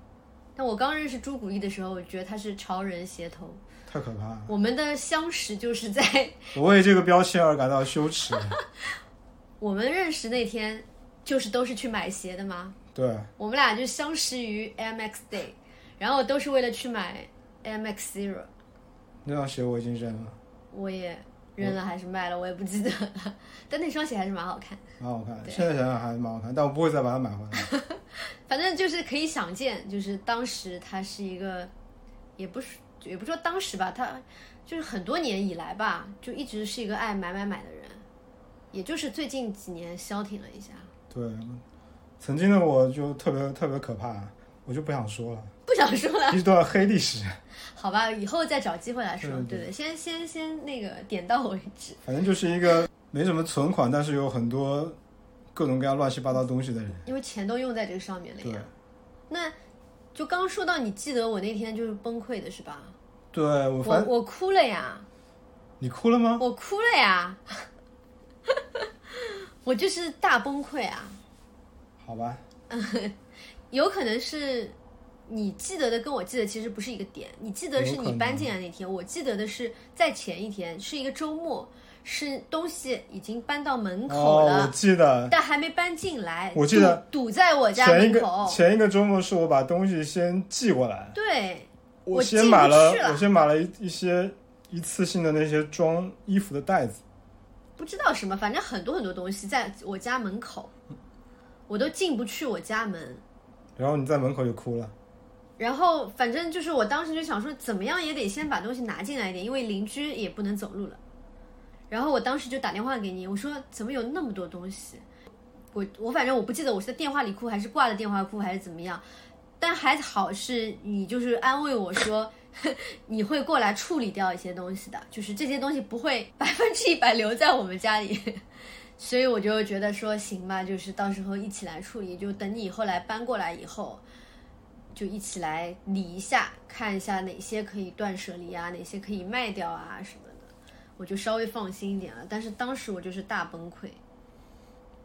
Speaker 1: 但我刚认识朱古力的时候，我觉得他是潮人鞋头。
Speaker 2: 太可 怕了。
Speaker 1: 我们的相识就是在
Speaker 2: 我为这个标签而感到羞耻。
Speaker 1: 我们认识那天，就是都是去买鞋的嘛。
Speaker 2: 对，
Speaker 1: 我们俩就相识于 MX Day，然后都是为了去买 MX Zero。
Speaker 2: 那双鞋我已经扔了，
Speaker 1: 我也扔了还是卖了，我也不记得 了。但那双鞋还是蛮好看，
Speaker 2: 蛮好看。现在想想还蛮好看，但我不会再把它买回来。
Speaker 1: 反正就是可以想见，就是当时它是一个，也不是也不说当时吧，它就是很多年以来吧，就一直是一个爱买买买的人，也就是最近几年消停了一下。
Speaker 2: 对，曾经的我就特别特别可怕，我就不想 说了，
Speaker 1: 不想说了，
Speaker 2: 一段黑历史。
Speaker 1: 好吧，以后再找机会来说，对
Speaker 2: 对
Speaker 1: 对，先先先那个点到为止。
Speaker 2: 反正就是一个没什么存款，但是有很多各种各样乱七八糟东西的人。
Speaker 1: 因为钱都用在这个上面了
Speaker 2: 对
Speaker 1: 呀。那就刚说到你记得我那天就是崩溃的是吧？
Speaker 2: 对，我啊
Speaker 1: 我
Speaker 2: 反
Speaker 1: 我哭了呀，
Speaker 2: 你哭了吗？
Speaker 1: 我哭了呀， 我就是大崩溃啊！
Speaker 2: 好吧，
Speaker 1: 有可能是你记得的跟我记得其实不是一个点，你记得是
Speaker 2: 有可
Speaker 1: 你
Speaker 2: 能
Speaker 1: 搬进来那天，我记得的是在前一天，是一个周末，是东西已经搬到门口
Speaker 2: 哦，
Speaker 1: 了
Speaker 2: 我。记得
Speaker 1: 但还没搬进来，
Speaker 2: 我记得
Speaker 1: 堵堵在我家
Speaker 2: 前一
Speaker 1: 门
Speaker 2: 个
Speaker 1: 口。
Speaker 2: 前一个周末是我把东西先寄过来，
Speaker 1: 对，我
Speaker 2: 我
Speaker 1: 进
Speaker 2: 先
Speaker 1: 不
Speaker 2: 买了
Speaker 1: 去了
Speaker 2: 我先买了一一些一次性的那些装衣服的袋子，
Speaker 1: 不知道什么，反正很多很多东西在我家门口，我都进不去我家门。
Speaker 2: 然后你在门口就哭了。
Speaker 1: 然后反正就是我当时就想说，怎么样也得先把东西拿进来一点，因为邻居也不能走路了。然后我当时就打电话给你，我说怎么有那么多东西？我我反正我不记得我是在电话里哭，还是挂了电话哭，还是怎么样。但还好是你就是安慰我说，你会过来处理掉一些东西的，就是这些东西不会百分之一百留在我们家里。 所以我就觉得说行吧，就是到时候一起来处理，就等你以后来搬过来以后，就一起来理一下，看一下哪些可以断舍离啊，哪些可以卖掉啊什么的，我就稍微放心一点了。但是当时我就是大崩溃，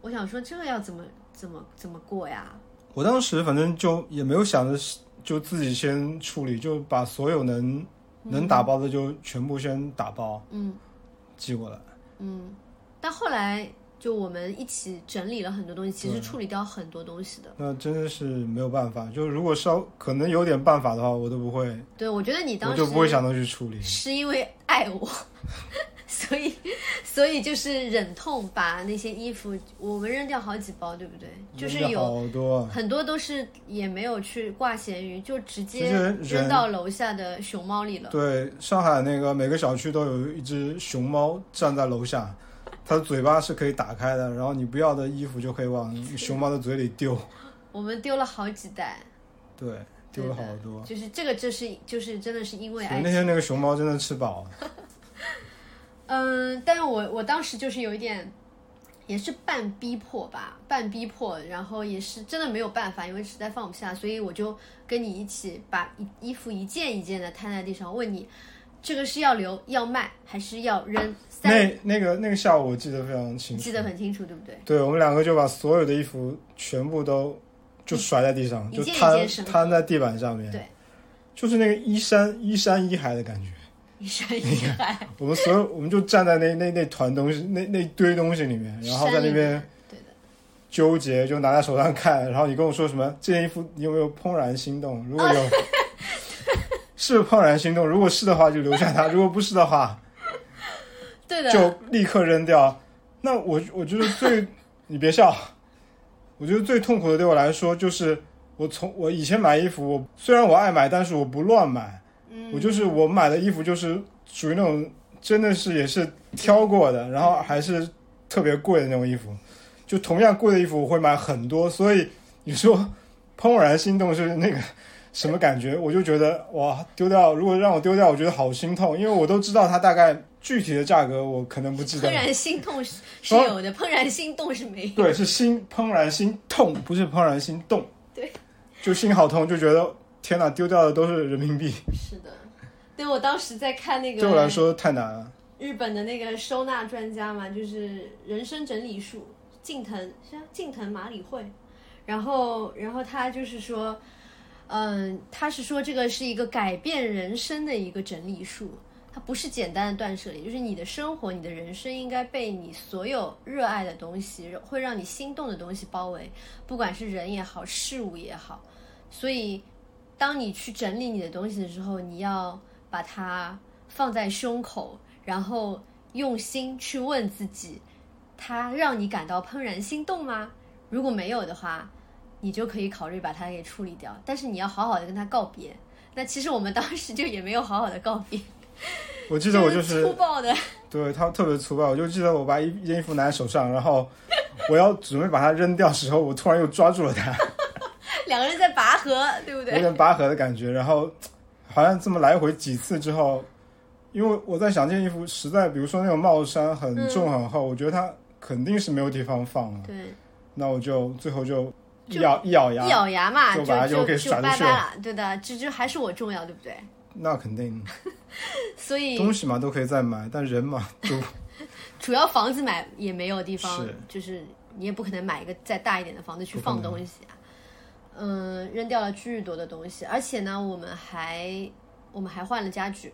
Speaker 1: 我想说这个要怎么怎么怎么过呀？
Speaker 2: 我当时反正就也没有想着是就自己先处理，就把所有能能打包的就全部先打包
Speaker 1: 嗯嗯
Speaker 2: 寄过来。
Speaker 1: 嗯，但后来就我们一起整理了很多东西，其实处理掉很多东西的。
Speaker 2: 那真的是没有办法，就如果稍可能有点办法的话，我都不会，
Speaker 1: 对，我觉得你当
Speaker 2: 我
Speaker 1: 时
Speaker 2: 就不会想到去处理。
Speaker 1: 是因为爱我， 所以所以就是忍痛把那些衣服我们扔掉好几包，对不对？就是
Speaker 2: 真的
Speaker 1: 有
Speaker 2: 好多啊，
Speaker 1: 很多都是也没有去挂咸鱼，就直接
Speaker 2: 直接扔
Speaker 1: 扔到楼下的熊猫里了。
Speaker 2: 对，上海那个每个小区都有一只熊猫站在楼下，它的嘴巴是可以打开的，然后你不要的衣服就可以往熊猫的嘴里丢。
Speaker 1: 我们丢了好几袋，
Speaker 2: 对，丢了好多。
Speaker 1: 就是这个，就是就是真的是因
Speaker 2: 所
Speaker 1: 为
Speaker 2: 以
Speaker 1: 爱
Speaker 2: 那天那个熊猫真的吃饱了，
Speaker 1: 嗯，但是我我当时就是有一点，也是半逼迫吧，半逼迫，然后也是真的没有办法，因为实在放不下，所以我就跟你一起把衣衣服一件一件的摊在地上，问你这个是要留要卖还是要扔？三，
Speaker 2: 那那个那个下午我记得非常清
Speaker 1: 你
Speaker 2: 楚。
Speaker 1: 记得很清楚，对不对？
Speaker 2: 对我们两个就把所有的衣服全部都就甩在地上，
Speaker 1: 嗯一
Speaker 2: 就
Speaker 1: 件一
Speaker 2: 摊
Speaker 1: 件是吗
Speaker 2: 摊在地板上面。
Speaker 1: 对，
Speaker 2: 就是那个一山一山一海 的感觉。
Speaker 1: 一山一海，
Speaker 2: 我们所有我们就站在那那那团东西那那堆东西里面，然后在
Speaker 1: 山
Speaker 2: 那
Speaker 1: 里
Speaker 2: 边
Speaker 1: 面，对的，
Speaker 2: 纠结，就拿在手上看。然后你跟我说什么这件衣服你有没有怦然心动？如果有， 是怦然心动。如果是的话就留下它，如果不是的话
Speaker 1: 对的，
Speaker 2: 就立刻扔掉。那我我觉得最 你别笑，我觉得最痛苦的对我来说就是我从我以前买衣服，我虽然我爱买，但是我不乱买，
Speaker 1: 嗯，
Speaker 2: 我就是我买的衣服就是属于那种真的是也是挑过的，然后还是特别贵的那种衣服，就同样贵的衣服我会买很多，所以你说 怦然心动是那个什么感觉？我就觉得哇，丢掉如果让我丢掉，我觉得好心痛，因为我都知道它大概具体的价格我可能不记
Speaker 1: 嗯
Speaker 2: 得
Speaker 1: 怦，然心痛是是
Speaker 2: 哦
Speaker 1: 有的，怦然心动是没有的。
Speaker 2: 对，是心怦然心痛，不是怦然心动，
Speaker 1: 对，
Speaker 2: 就心好痛，就觉得天哪，丢掉的都是人民币，
Speaker 1: 是的，对我当时在看那个，
Speaker 2: 对我来说太难了。
Speaker 1: 日本的那个收纳专家嘛，就是人生整理术，近藤是啊，近藤麻里惠，然后然后他就是说，嗯，他是说这个是一个改变人生的一个整理术，它不是简单的断舍离，就是你的生活、你的人生应该被你所有热爱的东西，会让你心动的东西包围，不管是人也好，事物也好，所以当你去整理你的东西的时候，你要把它放在胸口，然后用心去问自己，它让你感到怦然心动吗？如果没有的话，你就可以考虑把它给处理掉。但是你要好好的跟它告别。那其实我们当时就也没有好好的告别，
Speaker 2: 我记得我就
Speaker 1: 就是粗暴的，
Speaker 2: 对他特别粗暴，我就记得我把一一件衣服拿在手上，然后我要准备把它扔掉的时候，我突然又抓住了它，
Speaker 1: 两个人在拔河，对不
Speaker 2: 有
Speaker 1: 对？
Speaker 2: 点拔河的感觉。然后好像这么来回几次之后，因为我在想，这件衣服实在，比如说那种帽衫很重很厚，我觉得它肯定是没有地方放了。
Speaker 1: 对，
Speaker 2: 那我就最后就一
Speaker 1: 就
Speaker 2: 咬一咬
Speaker 1: 一
Speaker 2: 牙，
Speaker 1: 咬牙嘛，
Speaker 2: 就
Speaker 1: 就
Speaker 2: 把它就
Speaker 1: 就
Speaker 2: 给
Speaker 1: 就
Speaker 2: 甩
Speaker 1: 拜
Speaker 2: 出去
Speaker 1: 拜了，对的，这就还是我重要，对不对？
Speaker 2: 那肯定
Speaker 1: 所以
Speaker 2: 东西嘛都可以再买，但人嘛就
Speaker 1: 主要房子买也没有地方，
Speaker 2: 是
Speaker 1: 就是你也不可能买一个再大一点的房子去放东西啊。嗯，扔掉了巨多的东西，而且呢，我们还我们还换了家具。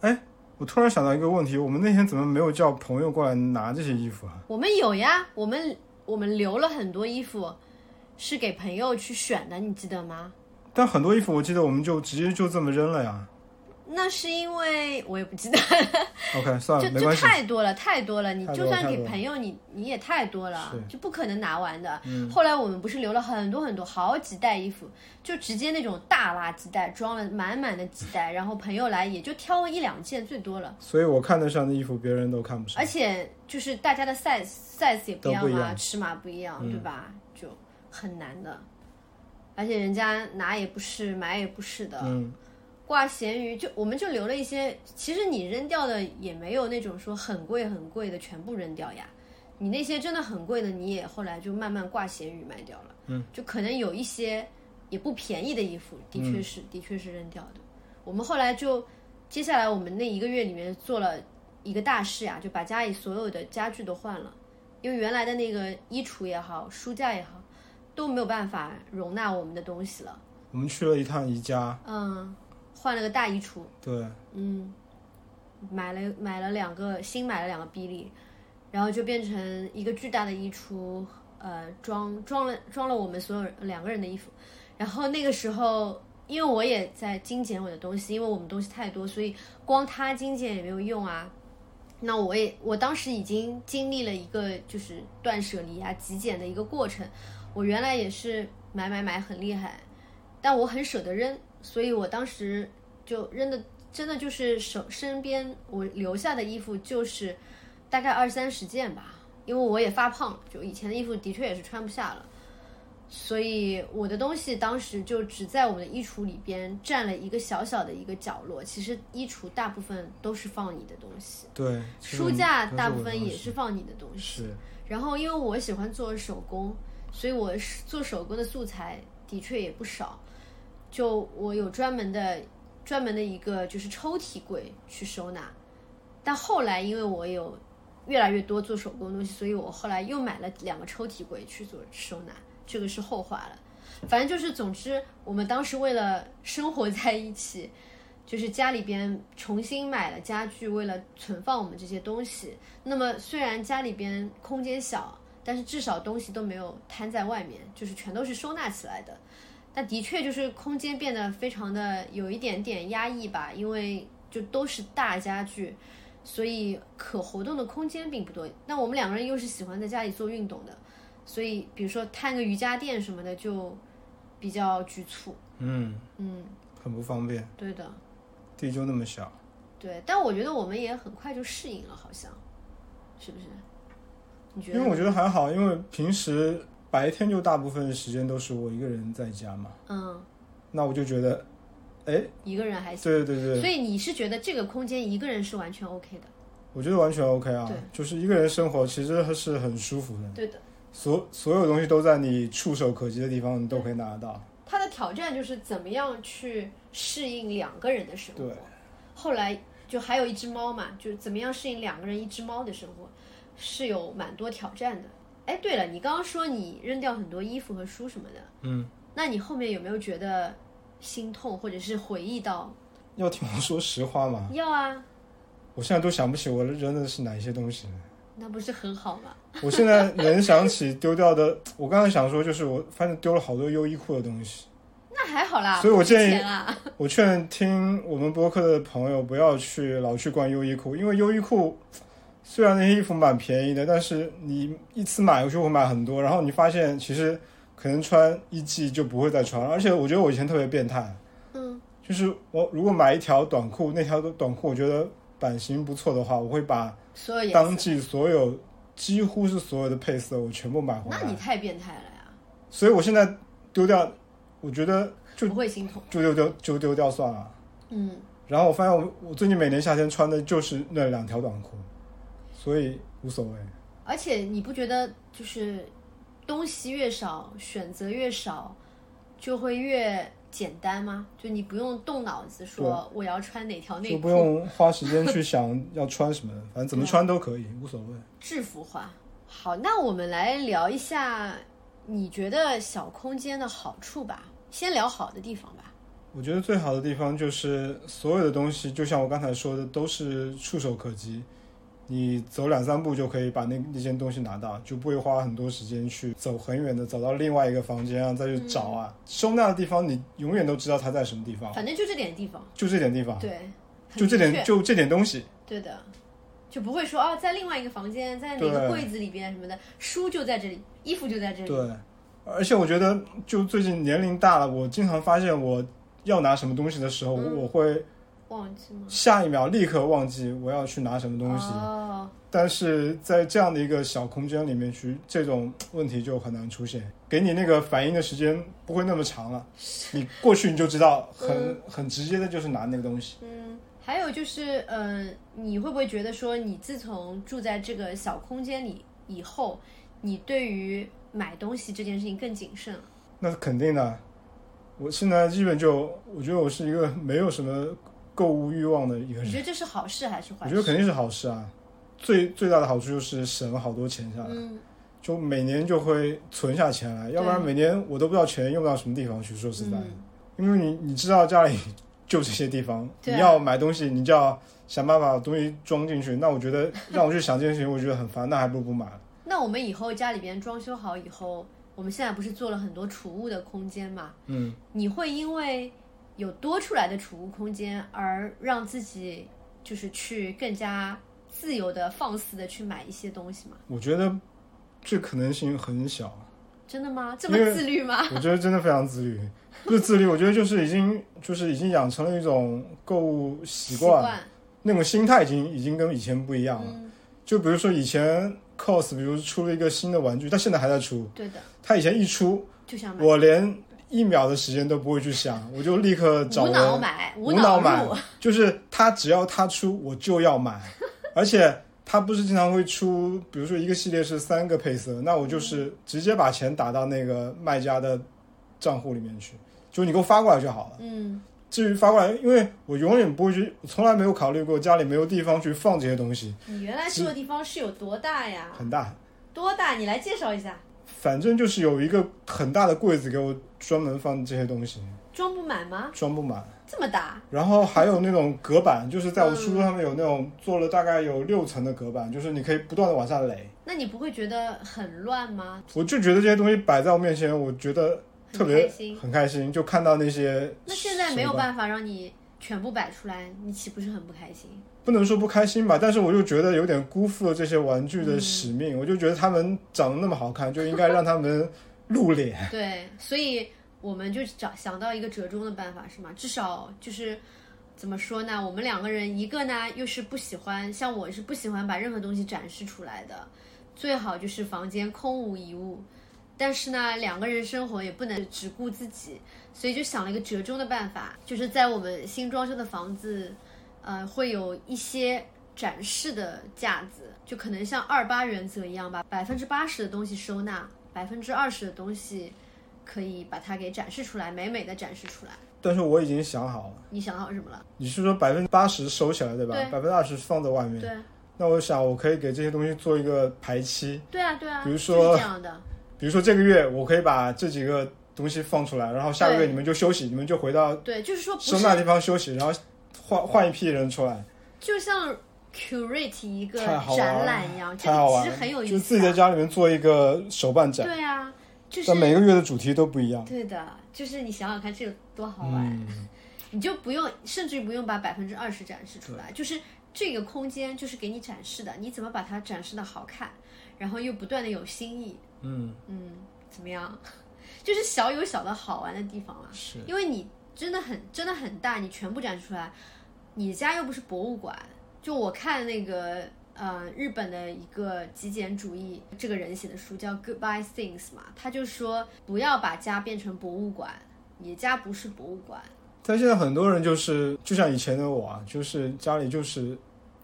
Speaker 2: 哎我突然想到一个问题，我们那天怎么没有叫朋友过来拿这些衣服啊？
Speaker 1: 我们有呀，我们我们留了很多衣服，是给朋友去选的，你记得吗？
Speaker 2: 但很多衣服我记得我们就直接就这么扔了呀。
Speaker 1: 那是因为我也不记得，
Speaker 2: OK，算
Speaker 1: 就
Speaker 2: 了，没
Speaker 1: 就
Speaker 2: 关系。
Speaker 1: 太多了，太多了。你
Speaker 2: 太多
Speaker 1: 就
Speaker 2: 了
Speaker 1: 算
Speaker 2: 太
Speaker 1: 给
Speaker 2: 多了
Speaker 1: 朋友，你你也太多了，就不可能拿完的。
Speaker 2: 嗯
Speaker 1: 后来我们不是留了很多很多好几袋衣服，就直接那种大垃圾袋装了满满的几 袋，然后朋友来也就挑一两件最多了，
Speaker 2: 所以我看得上的衣服，别人都看不上。
Speaker 1: 而且就是大家的 size size 也不一样
Speaker 2: 都不一
Speaker 1: 嘛，
Speaker 2: 样嗯
Speaker 1: 尺码不一样，对吧？就很难的，而且人家拿也不是，买也不是的，
Speaker 2: 嗯，
Speaker 1: 挂咸鱼，就我们就留了一些。其实你扔掉的也没有那种说很贵很贵的全部扔掉呀。你那些真的很贵的，你也后来就慢慢挂咸鱼卖掉了。嗯，就可能有一些也不便宜的衣服，的确是、的确是扔掉的。我们后来就接下来我们那一个月里面做了一个大事呀，就把家里所有的家具都换了，因为原来的那个衣橱也好，书架也好，都没有办法容纳我们的东西了。
Speaker 2: 我们去了一趟宜家，
Speaker 1: 嗯，换了个大衣橱。
Speaker 2: 对，
Speaker 1: 嗯，买了买了两个，新买了两个比利，然后就变成一个巨大的衣橱，呃，装装了装了我们所有人两个人的衣服。然后那个时候，因为我也在精简我的东西，因为我们东西太多，所以光他精简也没有用啊。那我也我当时已经经历了一个就是断舍离啊、极简的一个过程。我原来也是买买买很厉害，但我很舍得扔，所以我当时就扔的真的就是手身边我留下的衣服就是大概二三十件吧，因为我也发胖了，就以前的衣服的确也是穿不下了，所以我的东西当时就只在我们的衣橱里边占了一个小小的一个角落。其实衣橱大部分都是放你的东西，
Speaker 2: 对，
Speaker 1: 书架
Speaker 2: 这种
Speaker 1: 大
Speaker 2: 嗯都是
Speaker 1: 部
Speaker 2: 我的
Speaker 1: 分
Speaker 2: 东
Speaker 1: 也
Speaker 2: 西
Speaker 1: 是放你的东西。
Speaker 2: 是
Speaker 1: 然后因为我喜欢做手工，所以我是做手工的素材的确也不少。就我有专门的专门的一个就是抽屉柜去收纳，但后来因为我有越来越多做手工的东西，所以我后来又买了两个抽屉柜去做收纳，这个是后话了。反正就是，总之，我们当时为了生活在一起，就是家里边重新买了家具，为了存放我们这些东西。那么虽然家里边空间小，但是至少东西都没有摊在外面，就是全都是收纳起来的。但的确就是空间变得非常的有一点点压抑吧，因为就都是大家具，所以可活动的空间并不多。那我们两个人又是喜欢在家里做运动的，所以比如说摊个瑜伽垫什么的就比较局促。
Speaker 2: 嗯，
Speaker 1: 嗯，
Speaker 2: 很不方便，
Speaker 1: 对的，
Speaker 2: 地就那么小，
Speaker 1: 对。但我觉得我们也很快就适应了，好像，是不是？你觉
Speaker 2: 因
Speaker 1: 得
Speaker 2: 为？我觉得还好，因为平时白天就大部分时间都是我一个人在家嘛，
Speaker 1: 嗯，
Speaker 2: 那我就觉得，哎，
Speaker 1: 一个人还
Speaker 2: 对
Speaker 1: 行。
Speaker 2: 对对对，
Speaker 1: 所以你是觉得这个空间一个人是完全 OK 的？
Speaker 2: 我觉得完全 OK 啊
Speaker 1: 对，
Speaker 2: 就是一个人生活其实是很舒服的，
Speaker 1: 对的。
Speaker 2: 所所有东西都在你触手可及的地方，你都可以拿得到。
Speaker 1: 他的挑战就是怎么样去适应两个人的生活
Speaker 2: 对。
Speaker 1: 后来就还有一只猫嘛，就是怎么样适应两个人一只猫的生活，是有蛮多挑战的。哎，对了，你刚刚说你扔掉很多衣服和书什么的，
Speaker 2: 嗯，
Speaker 1: 那你后面有没有觉得心痛，或者是回忆到？
Speaker 2: 要听我说实话嘛，
Speaker 1: 要啊，
Speaker 2: 我现在都想不起我扔的是哪一些东西了。
Speaker 1: 那不是很好吗？
Speaker 2: 我现在能想起丢掉的， 我刚才想说就是我反正丢了好多优衣库的东西。
Speaker 1: 那还好啦，
Speaker 2: 所以我建议
Speaker 1: 不值钱啊，
Speaker 2: 我劝听我们播客的朋友不要去老去逛优衣库，因为优衣库虽然那些衣服蛮便宜的，但是你一次买回去会买很多，然后你发现其实可能穿一季就不会再穿了。而且我觉得我以前特别变态，
Speaker 1: 嗯，
Speaker 2: 就是我如果买一条短裤，那条短裤我觉得版型不错的话，我会把
Speaker 1: 所有颜
Speaker 2: 啊当
Speaker 1: 色。
Speaker 2: 季所有几乎是所有的配色我全部买回
Speaker 1: 那你
Speaker 2: 来。
Speaker 1: 太变态了呀，
Speaker 2: 所以我现在丢掉，我觉得就
Speaker 1: 不会心痛。
Speaker 2: 就丢掉就丢掉算了。
Speaker 1: 嗯，
Speaker 2: 然后我发现我我最近每年夏天穿的就是那两条短裤，所以无所谓。
Speaker 1: 而且你不觉得就是东西越少，选择越少，就会越简单吗？就你不用动脑子说我要穿哪条内
Speaker 2: 就
Speaker 1: 裤，
Speaker 2: 不用花时间去想要穿什么，反正怎么穿都可以，无所谓。
Speaker 1: 制服化。好，那我们来聊一下你觉得小空间的好处吧。先聊好的地方吧。
Speaker 2: 我觉得最好的地方就是所有的东西，就像我刚才说的，都是触手可及，你走两三步就可以把那那件东西拿到，就不会花很多时间去走很远的，走到另外一个房间啊再去找
Speaker 1: 嗯
Speaker 2: 啊。收纳的地方你永远都知道它在什么地方，
Speaker 1: 反正就这点地方，
Speaker 2: 就这点地方，
Speaker 1: 对，哦很
Speaker 2: 就这
Speaker 1: 明
Speaker 2: 点
Speaker 1: 确
Speaker 2: 就这点东西，
Speaker 1: 对的，就不会说哦，在另外一个房间，在哪
Speaker 2: 对
Speaker 1: 个柜子里边什么的，书就在这里，衣服就在这里。
Speaker 2: 对，而且我觉得，就最近年龄大了，我经常发现我要拿什么东西的时候，
Speaker 1: 嗯
Speaker 2: 我会
Speaker 1: 忘记吗？
Speaker 2: 下一秒立刻忘记我要去拿什么东西。
Speaker 1: 哦，
Speaker 2: 但是在这样的一个小空间里面去，这种问题就很难出现，给你那个反应的时间不会那么长了。你过去你就知道很，很、直接的就是拿那个东西。
Speaker 1: 嗯，还有就是，嗯、你会不会觉得说，你自从住在这个小空间里以后，你对于买东西这件事情更谨慎了？
Speaker 2: 那肯定的，我现在基本就我觉得我是一个没有什么购物欲望的一个人
Speaker 1: 你。觉得这是好事还是坏
Speaker 2: 我
Speaker 1: 事？
Speaker 2: 觉得肯定是好事啊，最最大的好处就是省了好多钱下来，
Speaker 1: 嗯，
Speaker 2: 就每年就会存下钱来，要不然每年我都不知道钱用到什么地方去。说实在，
Speaker 1: 嗯
Speaker 2: 因为你你知道家里就这些地方。
Speaker 1: 对啊
Speaker 2: 你要买东西，你就要想办法把东西装进去。那我觉得 让我去想这件事情，我觉得很烦，那还不如不买。
Speaker 1: 那我们以后家里边装修好以后，我们现在不是做了很多储物的空间嘛？
Speaker 2: 嗯，
Speaker 1: 你会因为有多出来的储物空间而让自己就是去更加自由的、放肆的去买一些东西吗？
Speaker 2: 我觉得这可能性很小。
Speaker 1: 真的吗？这么
Speaker 2: 因为
Speaker 1: 自律吗？
Speaker 2: 我觉得真的非常自律，不是自律，我觉得就是已经就是已经养成了一种购物习惯，那种心态已经已经跟以前不一样了。
Speaker 1: 嗯，
Speaker 2: 就比如说以前 COS，比如出了一个新的玩具，它现在还在出，
Speaker 1: 对的，
Speaker 2: 它以前一出，
Speaker 1: 就想买，
Speaker 2: 我连一秒的时间都不会去想，我就立刻呃找
Speaker 1: 无脑
Speaker 2: 人，
Speaker 1: 买，
Speaker 2: 无
Speaker 1: 脑入，
Speaker 2: 买，就是它只要它出我就 要买，而且。它不是经常会出，比如说一个系列是三个配色，那我
Speaker 1: 嗯
Speaker 2: 就是直接把钱打到那个卖家的账户里面去，就你给我发过来就好了。
Speaker 1: 嗯，
Speaker 2: 至于发过来，因为我永远不会去，从来没有考虑过家里没有地方去放这些东西，
Speaker 1: 你原来住的地方是有多大呀？
Speaker 2: 很大。
Speaker 1: 多大？你来介绍一下，
Speaker 2: 反正就是有一个很大的柜子给我专门放这些东西，
Speaker 1: 装不满吗？
Speaker 2: 装不满。
Speaker 1: 这么大？
Speaker 2: 然后还有那种隔板，就是在我书桌上面有那种做了大概有六层的隔板，就是你可以不断的往下垒。
Speaker 1: 那你不会觉得很乱吗？
Speaker 2: 我就觉得这些东西摆在我面前，我觉得特
Speaker 1: 很
Speaker 2: 别
Speaker 1: 开心。
Speaker 2: 很开心，就看到那些。
Speaker 1: 那现在没有，办法让你全部摆出来，你岂不是很不开心？
Speaker 2: 不能说不开心吧，但是我就觉得有点辜负了这些玩具的使
Speaker 1: 嗯
Speaker 2: 命。我就觉得他们长得那么好看，就应该让他们露脸。
Speaker 1: 对，所以我们就找想到一个折中的办法，是吗？至少就是怎么说呢？我们两个人，一个呢又是不喜欢，像我是不喜欢把任何东西展示出来的，最好就是房间空无一物。但是呢，两个人生活也不能只顾自己，所以就想了一个折中的办法，就是在我们新装修的房子，呃，会有一些展示的架子，就可能像二八原则一样吧，百分之八十的东西收纳，百分之二十的东西可以把它给展示出来，美美的展示出来。
Speaker 2: 但是我已经想好了，
Speaker 1: 你想好什么了？
Speaker 2: 你是说百分之八十收起来对吧？
Speaker 1: 对
Speaker 2: 百分之二十放在外面。
Speaker 1: 对
Speaker 2: 那我想我可以给这些东西做一个排期，
Speaker 1: 对啊对啊，
Speaker 2: 比如
Speaker 1: 就
Speaker 2: 说
Speaker 1: 是这样的，
Speaker 2: 比如说这个月我可以把这几个东西放出来，然后下个月
Speaker 1: 对
Speaker 2: 你们就休息，你们就回到
Speaker 1: 对，就是说不
Speaker 2: 收
Speaker 1: 是
Speaker 2: 纳地方休息，然后换换一批人出来，
Speaker 1: 就像 curate 一个
Speaker 2: 太好玩
Speaker 1: 展
Speaker 2: 了
Speaker 1: 览一样，哎这
Speaker 2: 太好
Speaker 1: 个
Speaker 2: 玩
Speaker 1: 其实
Speaker 2: 了，
Speaker 1: 很有意思、
Speaker 2: 就
Speaker 1: 啊。
Speaker 2: 自己在家里面做一个手办展，
Speaker 1: 对啊，就是
Speaker 2: 但每个月的主题都不一样。
Speaker 1: 对的，就是你想想看，这有多好玩。
Speaker 2: 嗯，
Speaker 1: 你就不用，甚至不用把百分之二十展示出来，就是这个空间就是给你展示的，你怎么把它展示的好看，然后又不断的有新意，
Speaker 2: 嗯，
Speaker 1: 嗯，怎么样？ 就是小有小的好玩的地方啊，
Speaker 2: 是
Speaker 1: 因为你真的很真的很大，你全部展示出来，你家又不是博物馆。就我看那个呃日本的一个极简主义这个人写的书叫《Goodbye Things》嘛，他就说不要把家变成博物馆，你家不是博物馆。
Speaker 2: 但现在很多人就是，就像以前的我啊，就是家里就是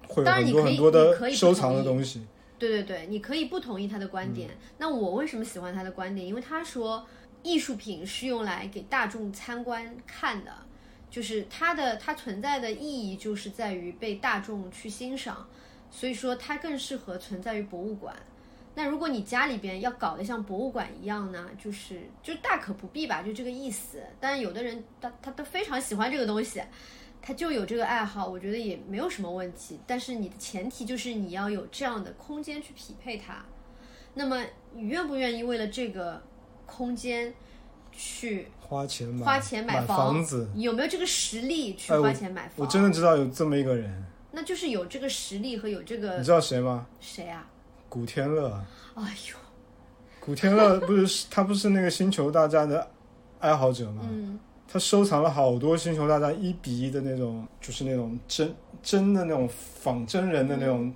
Speaker 2: 会有
Speaker 1: 当然你
Speaker 2: 很多
Speaker 1: 可以
Speaker 2: 很多
Speaker 1: 你可
Speaker 2: 的
Speaker 1: 以不
Speaker 2: 收藏的
Speaker 1: 同
Speaker 2: 东西，
Speaker 1: 对对对，你可以不同意他的观点。那我为什么喜欢他的观点？因为他说艺术品是用来给大众参观看的，就是它的它存在的意义就是在于被大众去欣赏，所以说它更适合存在于博物馆。那如果你家里边要搞得像博物馆一样呢，就是就大可不必吧，就这个意思。但是有的人他他都非常喜欢这个东西，他就有这个爱好，我觉得也没有什么问题。但是你的前提就是你要有这样的空间去匹配它。那么你愿不愿意为了这个空间去
Speaker 2: 花钱买
Speaker 1: 花钱买房
Speaker 2: 房子。
Speaker 1: 你有没有这个实力去
Speaker 2: 哎
Speaker 1: 花钱买房？
Speaker 2: 我真的知道有这么一个人，
Speaker 1: 那就是有这个实力和有这
Speaker 2: 你
Speaker 1: 个
Speaker 2: 知道谁吗？
Speaker 1: 谁啊？
Speaker 2: 古天乐。啊
Speaker 1: 哎呦，
Speaker 2: 古天 乐不是他不是那个星球大战的爱好者吗？
Speaker 1: 嗯，
Speaker 2: 他收藏了好多星球大战一比一的那种，就是那种真真的那种仿真人的
Speaker 1: 嗯
Speaker 2: 那种。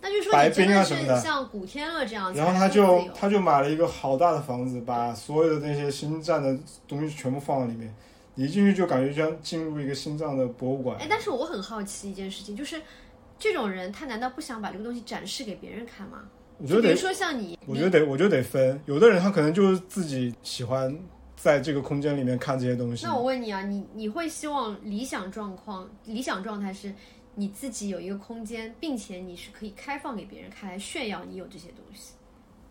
Speaker 1: 那就说
Speaker 2: 白
Speaker 1: 你真
Speaker 2: 冰啊
Speaker 1: 的
Speaker 2: 什么
Speaker 1: 是
Speaker 2: 的
Speaker 1: 像古天乐这样才
Speaker 2: 然
Speaker 1: 能
Speaker 2: 后
Speaker 1: 自由，
Speaker 2: 他就他就买了一个好大的房子，把所有的那些星战的东西全部放在里面。你一进去就感觉像进入一个星战的博物馆
Speaker 1: 哎，。但是我很好奇一件事情，就是这种人他难道不想把这个东西展示给别人看吗？
Speaker 2: 我觉得
Speaker 1: 就比
Speaker 2: 得
Speaker 1: 如，说像你，
Speaker 2: 我觉得得，我觉得得分。有的人他可能就是自己喜欢在这个空间里面看这些东西。
Speaker 1: 那我问你啊，你你会希望理想状况、理想状态是你自己有一个空间，并且你是可以开放给别人看，来炫耀你有这些东西，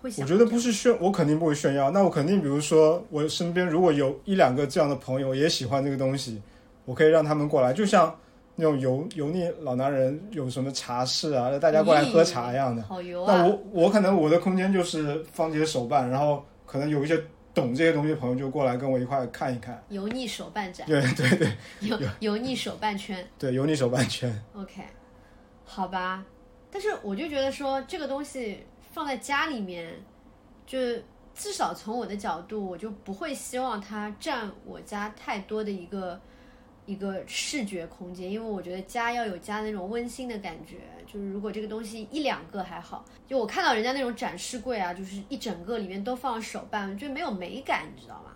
Speaker 1: 会
Speaker 2: 我
Speaker 1: 想
Speaker 2: 觉得不是炫，我肯定不会炫耀。那我肯定，比如说我身边如果有一两个这样的朋友也喜欢这个东西，我可以让他们过来，就像那种油油腻老男人有什么茶室啊，让大家过来喝茶一样的。
Speaker 1: 好油
Speaker 2: 那
Speaker 1: 啊！
Speaker 2: 我我可能我的空间就是放这些手办，然后可能有一些懂这些东西的朋友就过来跟我一块看一看。
Speaker 1: 油腻手办展，
Speaker 2: 对对对
Speaker 1: 油 油腻手办圈。
Speaker 2: 对，油腻手办圈，
Speaker 1: OK，好吧，但是我就觉得说这个东西放在家里面，就至少从我的角度，我就不会希望它占我家太多的一个一个视觉空间，因为我觉得家要有家那种温馨的感觉。就是如果这个东西一两个还好，就我看到人家那种展示柜啊，就是一整个里面都放手办，就没有美感，你知道吗？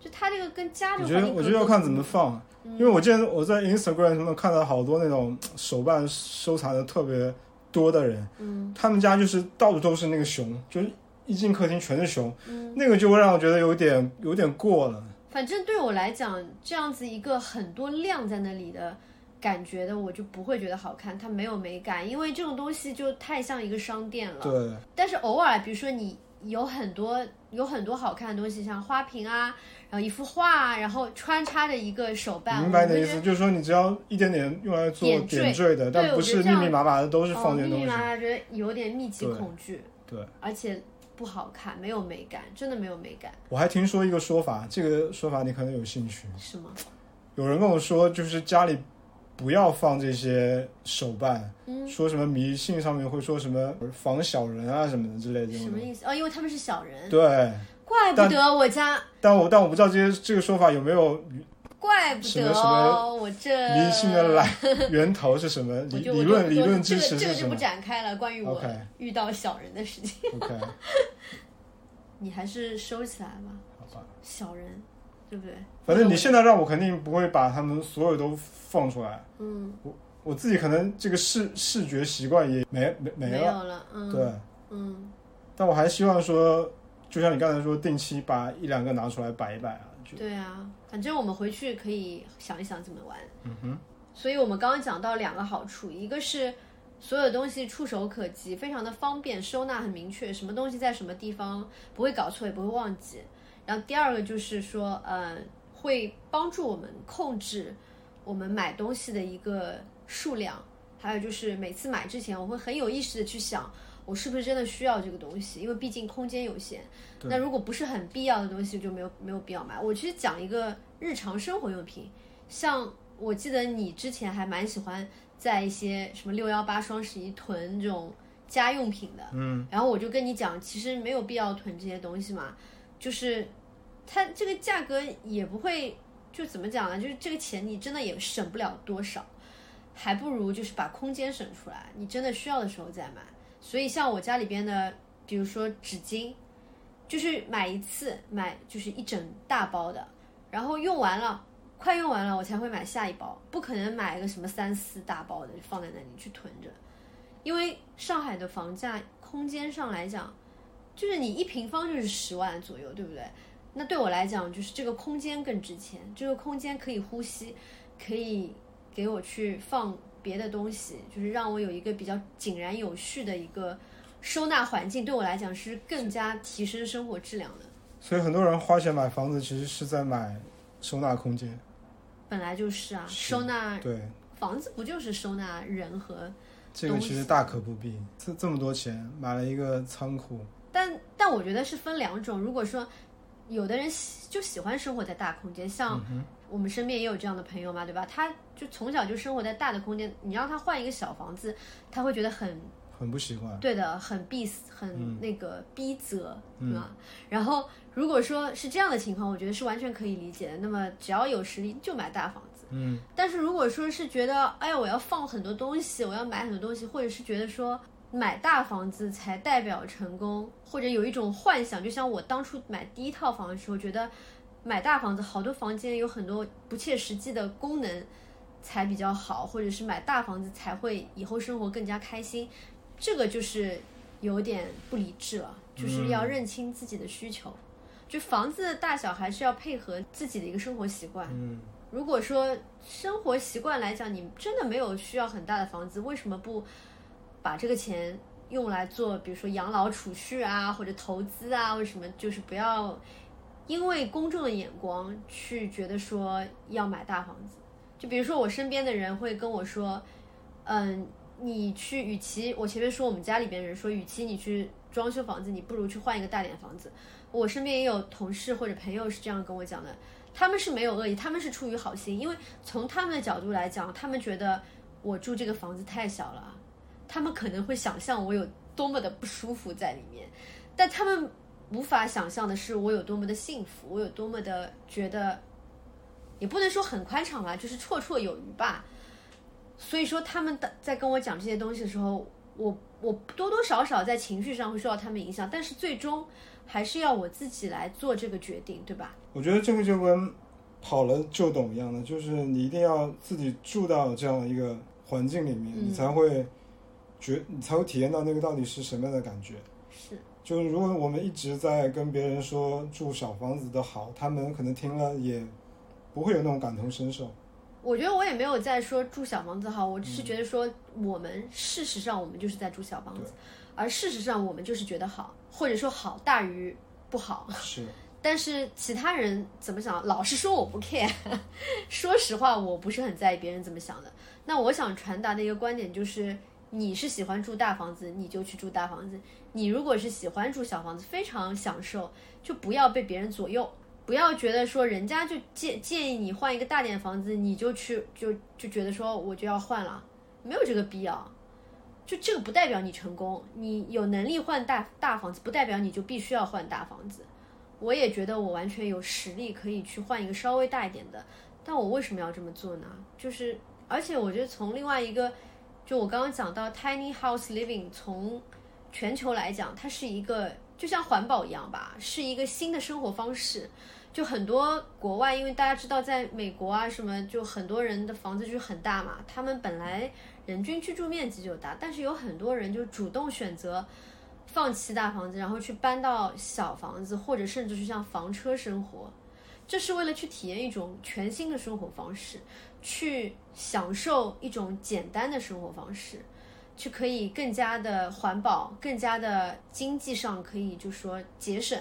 Speaker 1: 就它这个跟家这
Speaker 2: 我
Speaker 1: 个
Speaker 2: 觉得
Speaker 1: 环境
Speaker 2: 我觉
Speaker 1: 格
Speaker 2: 得要
Speaker 1: 格
Speaker 2: 看
Speaker 1: 不
Speaker 2: 怎
Speaker 1: 入
Speaker 2: 么放，
Speaker 1: 嗯
Speaker 2: 因为我见我在 Instagram 上看到好多那种手办收藏的特别多的人，嗯，他们家就是到处都是那个熊，就是一进客厅全是熊，
Speaker 1: 嗯
Speaker 2: 那个就会让我觉得有点有点过了。
Speaker 1: 反正对我来讲，这样子一个很多量在那里的感觉的，我就不会觉得好看，它没有美感，因为这种东西就太像一个商店了。
Speaker 2: 对，
Speaker 1: 但是偶尔，比如说你有很多有很多好看的东西，像花瓶啊，然后一幅画啊，然后穿插着一个手办，
Speaker 2: 明
Speaker 1: 我
Speaker 2: 白你的
Speaker 1: 会
Speaker 2: 意
Speaker 1: 觉得
Speaker 2: 思，就是说你只要一点点用来做
Speaker 1: 点缀
Speaker 2: 点缀的，但
Speaker 1: 对
Speaker 2: 不
Speaker 1: 我觉
Speaker 2: 是
Speaker 1: 得这
Speaker 2: 密
Speaker 1: 样
Speaker 2: 密麻麻的都是
Speaker 1: 哦，
Speaker 2: 放这
Speaker 1: 密
Speaker 2: 些东
Speaker 1: 密
Speaker 2: 西。
Speaker 1: 麻麻，觉得有点密集
Speaker 2: 对
Speaker 1: 恐惧，
Speaker 2: 对，
Speaker 1: 而且不好看，没有美感，真的没有美感，
Speaker 2: 我还听说一个说法，这个说法你可能有兴趣。
Speaker 1: 是吗？
Speaker 2: 有人跟我说，就是家里不要放这些手办，
Speaker 1: 嗯
Speaker 2: 说什么迷信上面会说什么防小人啊什么的之类的这
Speaker 1: 什
Speaker 2: 种
Speaker 1: 么
Speaker 2: 东西。
Speaker 1: 意思？哦，因为他们是小人，
Speaker 2: 对，
Speaker 1: 怪不
Speaker 2: 但
Speaker 1: 得我家
Speaker 2: 但我但我不知道这些这个说法有没有
Speaker 1: 怪不
Speaker 2: 什么
Speaker 1: 得
Speaker 2: 什
Speaker 1: 哦，
Speaker 2: 么
Speaker 1: 我这
Speaker 2: 迷信的来源头是什么，
Speaker 1: 呃 我
Speaker 2: 理
Speaker 1: 就
Speaker 2: 理
Speaker 1: 我就
Speaker 2: 论
Speaker 1: 不
Speaker 2: 理
Speaker 1: 多
Speaker 2: 论
Speaker 1: 这
Speaker 2: 支
Speaker 1: 个
Speaker 2: 持
Speaker 1: 这
Speaker 2: 是
Speaker 1: 个就
Speaker 2: 什
Speaker 1: 不
Speaker 2: 么
Speaker 1: 展开了。关于我
Speaker 2: OK
Speaker 1: 遇到小人的事情，
Speaker 2: ？OK，
Speaker 1: 你还是收起来吧。
Speaker 2: 好吧，
Speaker 1: 小人，对不对？
Speaker 2: 反正你现在让我肯定不会把他们所有都放出来，
Speaker 1: 嗯，
Speaker 2: 我自己可能这个视视觉习惯也没没
Speaker 1: 没
Speaker 2: 没了，
Speaker 1: 有了，嗯，
Speaker 2: 对。
Speaker 1: 嗯，
Speaker 2: 但我还希望说，就像你刚才说，定期把一两个拿出来摆一摆啊，就
Speaker 1: 对啊，反正我们回去可以想一想怎么玩。
Speaker 2: 嗯哼，
Speaker 1: 所以我们刚刚讲到两个好处，一个是所有东西触手可及，非常的方便，收纳很明确，什么东西在什么地方不会搞错，也不会忘记。然后第二个就是说，呃，会帮助我们控制我们买东西的一个数量，还有就是每次买之前，我会很有意识的去想。我是不是真的需要这个东西？因为毕竟空间有限。
Speaker 2: 对
Speaker 1: 那如果不是很必要的东西，就没有没有必要买。我其实讲一个日常生活用品，像我记得你之前还蛮喜欢在一些什么六幺八、双十一囤这种家用品的，嗯，然后我就跟你讲，其实没有必要囤这些东西嘛，就是它这个价格也不会，就怎么讲呢？就是这个钱你真的也省不了多少，还不如就是把空间省出来，你真的需要的时候再买。所以像我家里边的，比如说纸巾，就是买一次买就是一整大包的，然后用完了。快用完了，我才会买下一包，不可能买个什么三四大包的放在那里去囤着，因为上海的房价空间上来讲，就是你一平方就是十万左右，对不对？那对我来讲，就是这个空间更值钱，这个空间可以呼吸，可以给我去放别的东西，就是让我有一个比较井然有序的一个收纳环境，对我来讲是更加提升生活质量的。
Speaker 2: 所以很多人花钱买房子其实是在买收纳空间，
Speaker 1: 本来就是啊，
Speaker 2: 是
Speaker 1: 收纳
Speaker 2: 对，
Speaker 1: 房子不就是收纳人和？
Speaker 2: 这个其实大可不必，这这么多钱买了一个仓库，
Speaker 1: 但但我觉得是分两种。如果说有的人喜就喜欢生活在大空间，像我们身边也有这样的朋友嘛，对吧？他就从小就生活在大的空间，你让他换一个小房子，他会觉得很
Speaker 2: 嗯很不习惯。
Speaker 1: 对的，很逼，很那个逼仄，对吧？然后如果说是这样的情况，我觉得是完全可以理解的。那么只要有实力就买大房子。
Speaker 2: 嗯，
Speaker 1: 但是如果说是觉得，哎呀，我要放很多东西，我要买很多东西，或者是觉得说买大房子才代表成功，或者有一种幻想，就像我当初买第一套房的时候，觉得买大房子好多房间有很多不切实际的功能才比较好，或者是买大房子才会以后生活更加开心，这个就是有点不理智了，就是要认清自己的需求。就房子的大小还是要配合自己的一个生活习惯。
Speaker 2: 嗯，
Speaker 1: 如果说生活习惯来讲，你真的没有需要很大的房子，为什么不把这个钱用来做，比如说养老储蓄啊，或者投资啊？为什么就是不要因为公众的眼光去觉得说要买大房子？就比如说我身边的人会跟我说，嗯，你去，与其我前面说我们家里边人说，与其你去装修房子，你不如去换一个大点房子。我身边也有同事或者朋友是这样跟我讲的，他们是没有恶意，他们是出于好心，因为从他们的角度来讲，他们觉得我住这个房子太小了，他们可能会想象我有多么的不舒服在里面，但他们无法想象的是我有多么的幸福，我有多么的觉得，也不能说很宽敞吧，就是绰绰有余吧。所以说他们的在跟我讲这些东西的时候，我我多多少少在情绪上会受到他们影响，但是最终还是要我自己来做这个决定，对吧？
Speaker 2: 我觉得这个就跟跑了就懂一样的，就是你一定要自己住到这样的一个环境里面，
Speaker 1: 嗯
Speaker 2: 你才会觉，你才会体验到那个到底是什么样的感觉。
Speaker 1: 是，
Speaker 2: 就是如果我们一直在跟别人说住小房子的好，他们可能听了也不会有那种感同身受。
Speaker 1: 我觉得我也没有在说住小房子好，我只是觉得说我们、事实上我们就是在住小房子，而事实上我们就是觉得好，或者说好大于不好。
Speaker 2: 是，
Speaker 1: 但是其他人怎么想，老实说我不 care。说实话，我不是很在意别人怎么想的。那我想传达的一个观点就是，你是喜欢住大房子，你就去住大房子；你如果是喜欢住小房子，非常享受，就不要被别人左右，不要觉得说人家就建建议你换一个大点房子，你就去就就觉得说我就要换了，没有这个必要。就这个不代表你成功，你有能力换大大房子，不代表你就必须要换大房子。我也觉得我完全有实力可以去换一个稍微大一点的，但我为什么要这么做呢？就是，而且我觉得从另外一个，就我刚刚讲到 tiny house living，从全球来讲，它是一个就像环保一样吧，是一个新的生活方式。就很多国外，因为大家知道，在美国啊什么，就很多人的房子就是很大嘛，他们本来人均居住面积就大，但是有很多人就主动选择放弃大房子，然后去搬到小房子，或者甚至是像房车生活，这是为了去体验一种全新的生活方式，去享受一种简单的生活方式，去可以更加的环保，更加的经济上可以就说节省。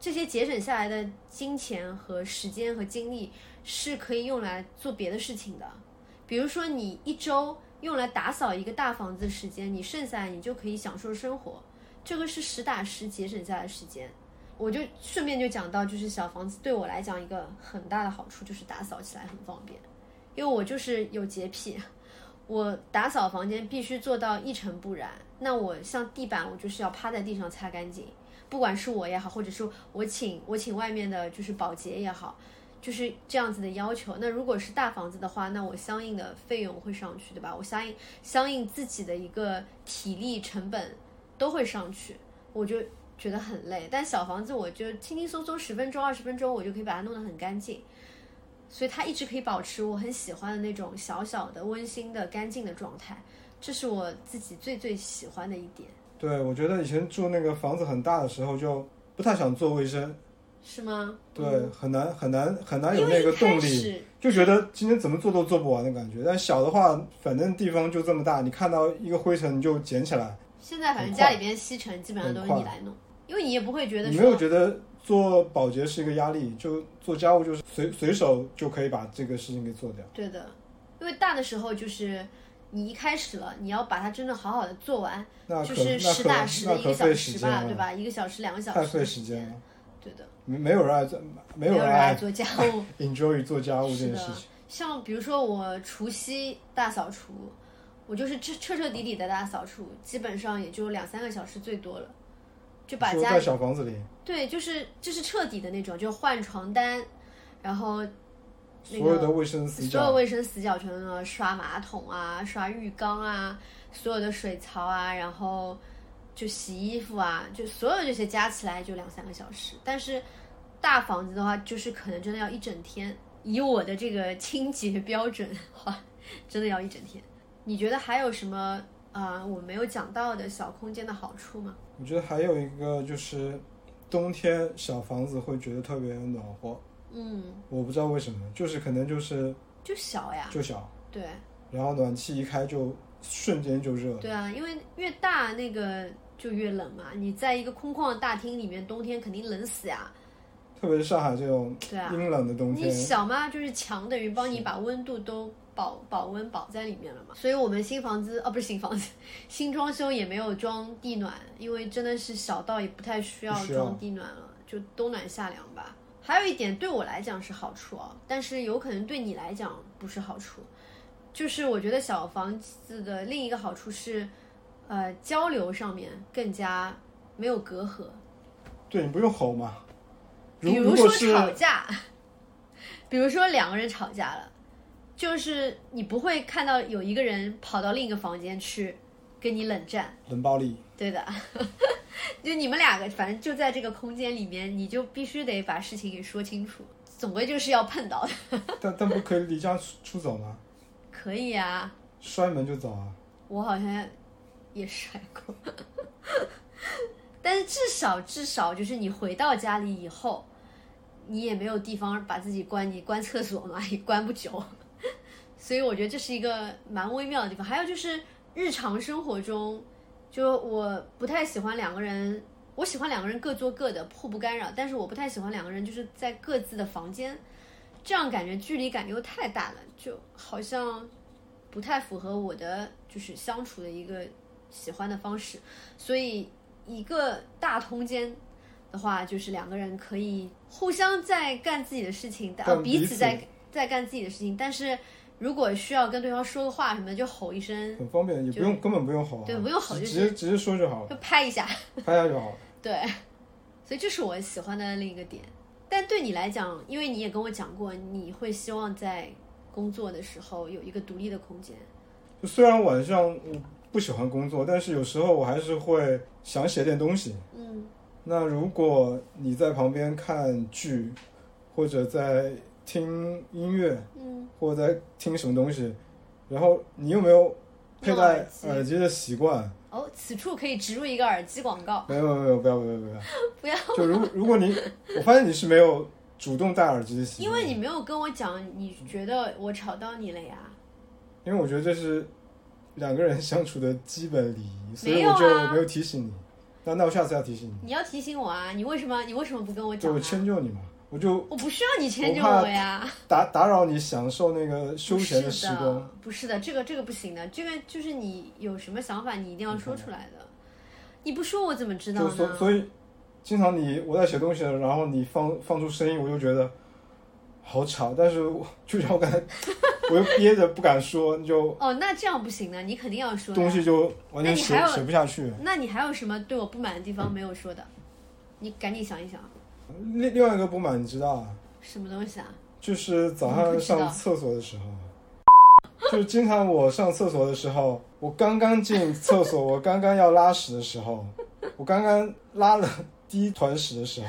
Speaker 1: 这些节省下来的金钱和时间和精力是可以用来做别的事情的，比如说你一周用来打扫一个大房子的时间，你剩下来你就可以享受生活。这个是实打实节省下来的时间。我就顺便就讲到，就是小房子对我来讲一个很大的好处就是打扫起来很方便，因为我就是有洁癖，我打扫房间必须做到一尘不染。那我像地板，我就是要趴在地上擦干净，不管是我也好，或者是我请我请外面的就是保洁也好，就是这样子的要求。那如果是大房子的话，那我相应的费用会上去，对吧？我相应相应自己的一个体力成本都会上去，我就觉得很累。但小房子我就轻轻松松十分钟、二十分钟，我就可以把它弄得很干净，所以它一直可以保持我很喜欢的那种小小的、温馨的、干净的状态。这是我自己最最喜欢的一点，
Speaker 2: 对，我觉得以前住那个房子很大的时候，就不太想做卫生，
Speaker 1: 是吗？
Speaker 2: 对，
Speaker 1: 嗯，
Speaker 2: 很难很难很难有
Speaker 1: 因
Speaker 2: 那
Speaker 1: 为
Speaker 2: 个
Speaker 1: 一
Speaker 2: 动
Speaker 1: 开
Speaker 2: 力。
Speaker 1: 始
Speaker 2: 就觉得今天怎么做都做不完的感觉。但小的话，反正地方就这么大，你看到一个灰尘你就捡起来，
Speaker 1: 现在反正
Speaker 2: 很快
Speaker 1: 家里边吸尘基本上都是
Speaker 2: 很
Speaker 1: 你来弄，因为你也不会觉得
Speaker 2: 你没有
Speaker 1: 说
Speaker 2: 觉得做保洁是一个压力，就做家务就是随随手就可以把这个事情给做掉。
Speaker 1: 对的，因为大的时候就是你一开始了，你要把它真的好好的做完，
Speaker 2: 那
Speaker 1: 啊就
Speaker 2: 可
Speaker 1: 是
Speaker 2: 那
Speaker 1: 实打
Speaker 2: 可
Speaker 1: 实
Speaker 2: 那
Speaker 1: 的一
Speaker 2: 可
Speaker 1: 个小
Speaker 2: 费时
Speaker 1: 时
Speaker 2: 间
Speaker 1: 吧，
Speaker 2: 了，
Speaker 1: 对吧？一个小时、两个小时
Speaker 2: 太
Speaker 1: 的
Speaker 2: 费时
Speaker 1: 时
Speaker 2: 间
Speaker 1: 间。
Speaker 2: 了，
Speaker 1: 对的，
Speaker 2: 没没有人爱做，没有
Speaker 1: 人
Speaker 2: 人
Speaker 1: 爱
Speaker 2: 爱
Speaker 1: 做家务。
Speaker 2: enjoy 做家务这
Speaker 1: 是
Speaker 2: 件
Speaker 1: 的
Speaker 2: 事情。
Speaker 1: 像比如说我除夕大扫除，我就是彻彻彻底底的大扫除，基本上也就两三个小时最多了，就把
Speaker 2: 说
Speaker 1: 家
Speaker 2: 在小房子里，
Speaker 1: 对，就是就是彻底的那种，就换床单，然后那个
Speaker 2: 所有的卫生死
Speaker 1: 所有
Speaker 2: 角，
Speaker 1: 卫生死角全都要刷马桶啊，刷浴缸啊，所有的水槽啊，然后就洗衣服啊，就所有这些加起来就两三个小时。但是大房子的话，就是可能真的要一整天。以我的这个清洁标准的话， 真的要一整天。你觉得还有什么啊、呃我没有讲到的小空间的好处吗？
Speaker 2: 我觉得还有一个就是冬天小房子会觉得特别暖和，
Speaker 1: 嗯，
Speaker 2: 我不知道为什么，就是可能就是
Speaker 1: 就小呀，
Speaker 2: 就小。
Speaker 1: 对。
Speaker 2: 然后暖气一开就瞬间就热了。
Speaker 1: 对啊，因为越大那个就越冷嘛。你在一个空旷的大厅里面，冬天肯定冷死呀。
Speaker 2: 特别是上海这种
Speaker 1: 对啊，
Speaker 2: 阴冷的冬
Speaker 1: 你
Speaker 2: 天，
Speaker 1: 想嘛，就是墙等于帮你把温度都保 保温保在里面了嘛。所以我们新房子哦，不是新房子， 新装修也没有装地暖，因为真的是小到也不太需要
Speaker 2: 不需要
Speaker 1: 装地暖了，就冬暖夏凉吧。还有一点对我来讲是好处啊，但是有可能对你来讲不是好处。就是我觉得小房子的另一个好处是，呃，交流上面更加没有隔阂。
Speaker 2: 对你不用吼嘛。如
Speaker 1: 比如
Speaker 2: 如
Speaker 1: 说
Speaker 2: 果是
Speaker 1: 吵架，比如说两个人吵架了，就是你不会看到有一个人跑到另一个房间去跟你冷战，
Speaker 2: 冷暴力，
Speaker 1: 对的， 就你们两个反正就在这个空间里面，你就必须得把事情给说清楚，总归就是要碰到的。
Speaker 2: 但但不可以离家出出走吗？
Speaker 1: 可以啊，
Speaker 2: 摔门就走啊？
Speaker 1: 我好像也摔过， 但是至少至少就是你回到家里以后，你也没有地方把自己关，你关厕所嘛，也关不久，所以我觉得这是一个蛮微妙的地方。还有就是日常生活中，就我不太喜欢两个人。我喜欢两个人各做各的，互不干扰。但是我不太喜欢两个人就是在各自的房间，这样感觉距离感又太大了，就好像不太符合我的就是相处的一个喜欢的方式，所以一个大通间的话，就是两个人可以互相在干自己的事情，但
Speaker 2: 但
Speaker 1: 呃彼
Speaker 2: 彼
Speaker 1: 此
Speaker 2: 此
Speaker 1: 在在干自己的事情，但是如果需要跟对方说个话什么的，就吼一声，
Speaker 2: 很方便，也不用根本不用吼啊，
Speaker 1: 对不用吼
Speaker 2: 直
Speaker 1: 就
Speaker 2: 直接直接说就好了，
Speaker 1: 就拍一下，
Speaker 2: 拍下就好了。
Speaker 1: 对，所以这是我喜欢的另一个点。但对你来讲，因为你也跟我讲过，你会希望在工作的时候有一个独立的空间。
Speaker 2: 就虽然晚上我不喜欢工作，但是有时候我还是会想写点东西。
Speaker 1: 嗯，
Speaker 2: 那如果你在旁边看剧，或者在听音乐，
Speaker 1: 嗯，
Speaker 2: 或者在听什么东西，然后你有没有佩
Speaker 1: 用耳
Speaker 2: 戴
Speaker 1: 机
Speaker 2: 耳机的习惯？
Speaker 1: 哦，此处可以植入一个耳机广告。
Speaker 2: 没有没有没有，不要不要不要
Speaker 1: 哦 不要！
Speaker 2: 就如如果你，我发现你是没有主动戴耳机的习
Speaker 1: 因
Speaker 2: 惯，
Speaker 1: 为你没有跟我讲，你觉得我吵到你了呀？
Speaker 2: 因为我觉得这是两个人相处的基本礼仪，所
Speaker 1: 没
Speaker 2: 以
Speaker 1: 有
Speaker 2: 我就
Speaker 1: 啊
Speaker 2: 没有提醒你。那那我下次要提醒你，
Speaker 1: 你要提醒我啊！你为什么你为什么不跟我
Speaker 2: 就
Speaker 1: 讲
Speaker 2: 嗯我
Speaker 1: 啊？
Speaker 2: 迁就你嘛，我就
Speaker 1: 我不需要你迁就
Speaker 2: 我怕
Speaker 1: 我呀！
Speaker 2: 打打扰你享受那个休
Speaker 1: 不
Speaker 2: 闲
Speaker 1: 是
Speaker 2: 的时光。
Speaker 1: 的，不是的，这个这个不行的，这个就是你有什么想法，你一定要说出来的。你不说我怎么知道
Speaker 2: 就所
Speaker 1: 呢？
Speaker 2: 所以，经常你我在写东西，然后你放放出声音，我就觉得好吵。但是我就像我刚才，我又憋着不敢说，就
Speaker 1: 哦，那这样不行的，你肯定要说
Speaker 2: 东
Speaker 1: 呀。
Speaker 2: 西就
Speaker 1: 那
Speaker 2: 完全
Speaker 1: 你
Speaker 2: 写
Speaker 1: 还有
Speaker 2: 写不下去。
Speaker 1: 那你还有什么对我不满的地方没有说的？你赶紧想一想，
Speaker 2: 另另外一个不满你知道啊，
Speaker 1: 什么东西啊？
Speaker 2: 就是早
Speaker 1: 嗯不
Speaker 2: 上
Speaker 1: 知道
Speaker 2: 上厕所的时候。就是经常我上厕所的时候，我刚刚进厕所，我刚刚要拉屎的时候，我刚刚拉了第一团屎的时候，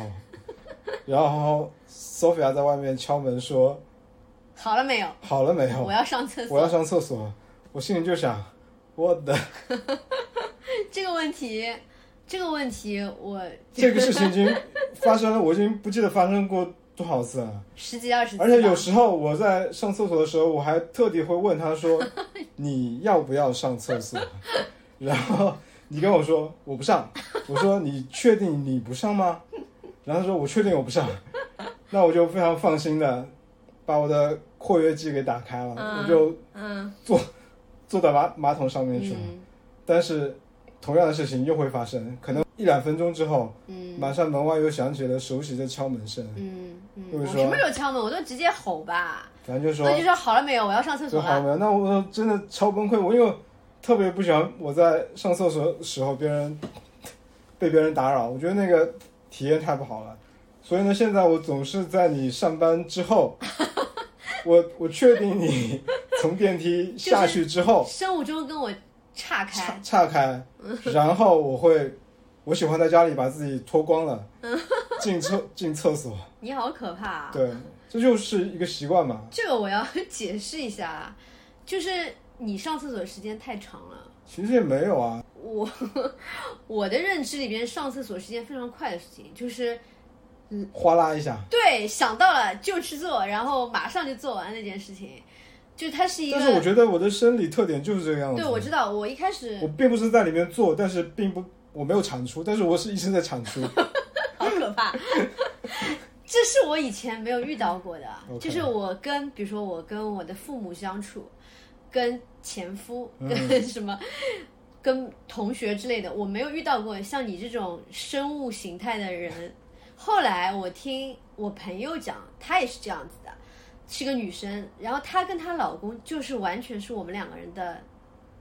Speaker 2: 然后 Sophia 在外面敲门说
Speaker 1: 好了没有？：“
Speaker 2: 好了没有？
Speaker 1: 我要上厕所。
Speaker 2: 我要上厕所。”我心里就想：“我的
Speaker 1: 这个问题，这个问题我
Speaker 2: 这个事情已经发生了，我已经不记得发生过多少次了。
Speaker 1: 十几二十次吧，
Speaker 2: 而且有时候我在上厕所的时候，我还特地会问 他说：“你要不要上厕所？”然后你跟我说我不上，我说你确定你不上吗？然后他说我确定我不上，那我就非常放心的把我的括约肌给打开了，
Speaker 1: 嗯
Speaker 2: 我就
Speaker 1: 嗯
Speaker 2: 坐到马马桶上面去了。
Speaker 1: 嗯
Speaker 2: 但是同样的事情又会发生，可能一两分钟之后，
Speaker 1: 嗯
Speaker 2: 马上门外又响起了熟悉的敲门声，
Speaker 1: 嗯嗯，
Speaker 2: 就
Speaker 1: 我
Speaker 2: 是
Speaker 1: 什
Speaker 2: 说
Speaker 1: 么时候敲门，我都直接吼吧，
Speaker 2: 反正就说
Speaker 1: 我就说好了没有，我要上厕所
Speaker 2: 就好
Speaker 1: 了。
Speaker 2: 没有，那我真的超崩溃，我因为特别不喜欢我在上厕所的时候别人被别人打扰，我觉得那个体验太不好了。所以呢，现在我总是在你上班 之后，我我确定你从电梯下去之后
Speaker 1: 生物钟跟我岔
Speaker 2: 岔
Speaker 1: 开，
Speaker 2: 岔 开，然后我会，我喜欢在家里把自己脱光了， 进厕进厕所，
Speaker 1: 你好可怕、嗯啊。
Speaker 2: 对，这就是一个习惯嘛。
Speaker 1: 这个我要解释一下，啊，就是你上厕所时间太长了。
Speaker 2: 其实也没有啊，
Speaker 1: 我我的认知里边，上厕所是件非常快的事情，就是嗯
Speaker 2: 哗啦一下。
Speaker 1: 对想到了就去做，然后马上就做完那件事情，就它是一个。
Speaker 2: 但是我觉得我的生理特点就是这个样子。
Speaker 1: 对，我知道，我一开始
Speaker 2: 我并不是在里面做，但是 并不我没有产出，但是我是一直在产出。
Speaker 1: 好可怕，这是我以前没有遇到过的
Speaker 2: OK
Speaker 1: 就是我跟比如说我跟我的父母相处，跟前夫，
Speaker 2: 嗯
Speaker 1: 跟什么。跟同学之类的，我没有遇到过像你这种生物形态的人。后来我听我朋友讲，她也是这样子的，是个女生，然后她跟她老公就是完全是我们两个人的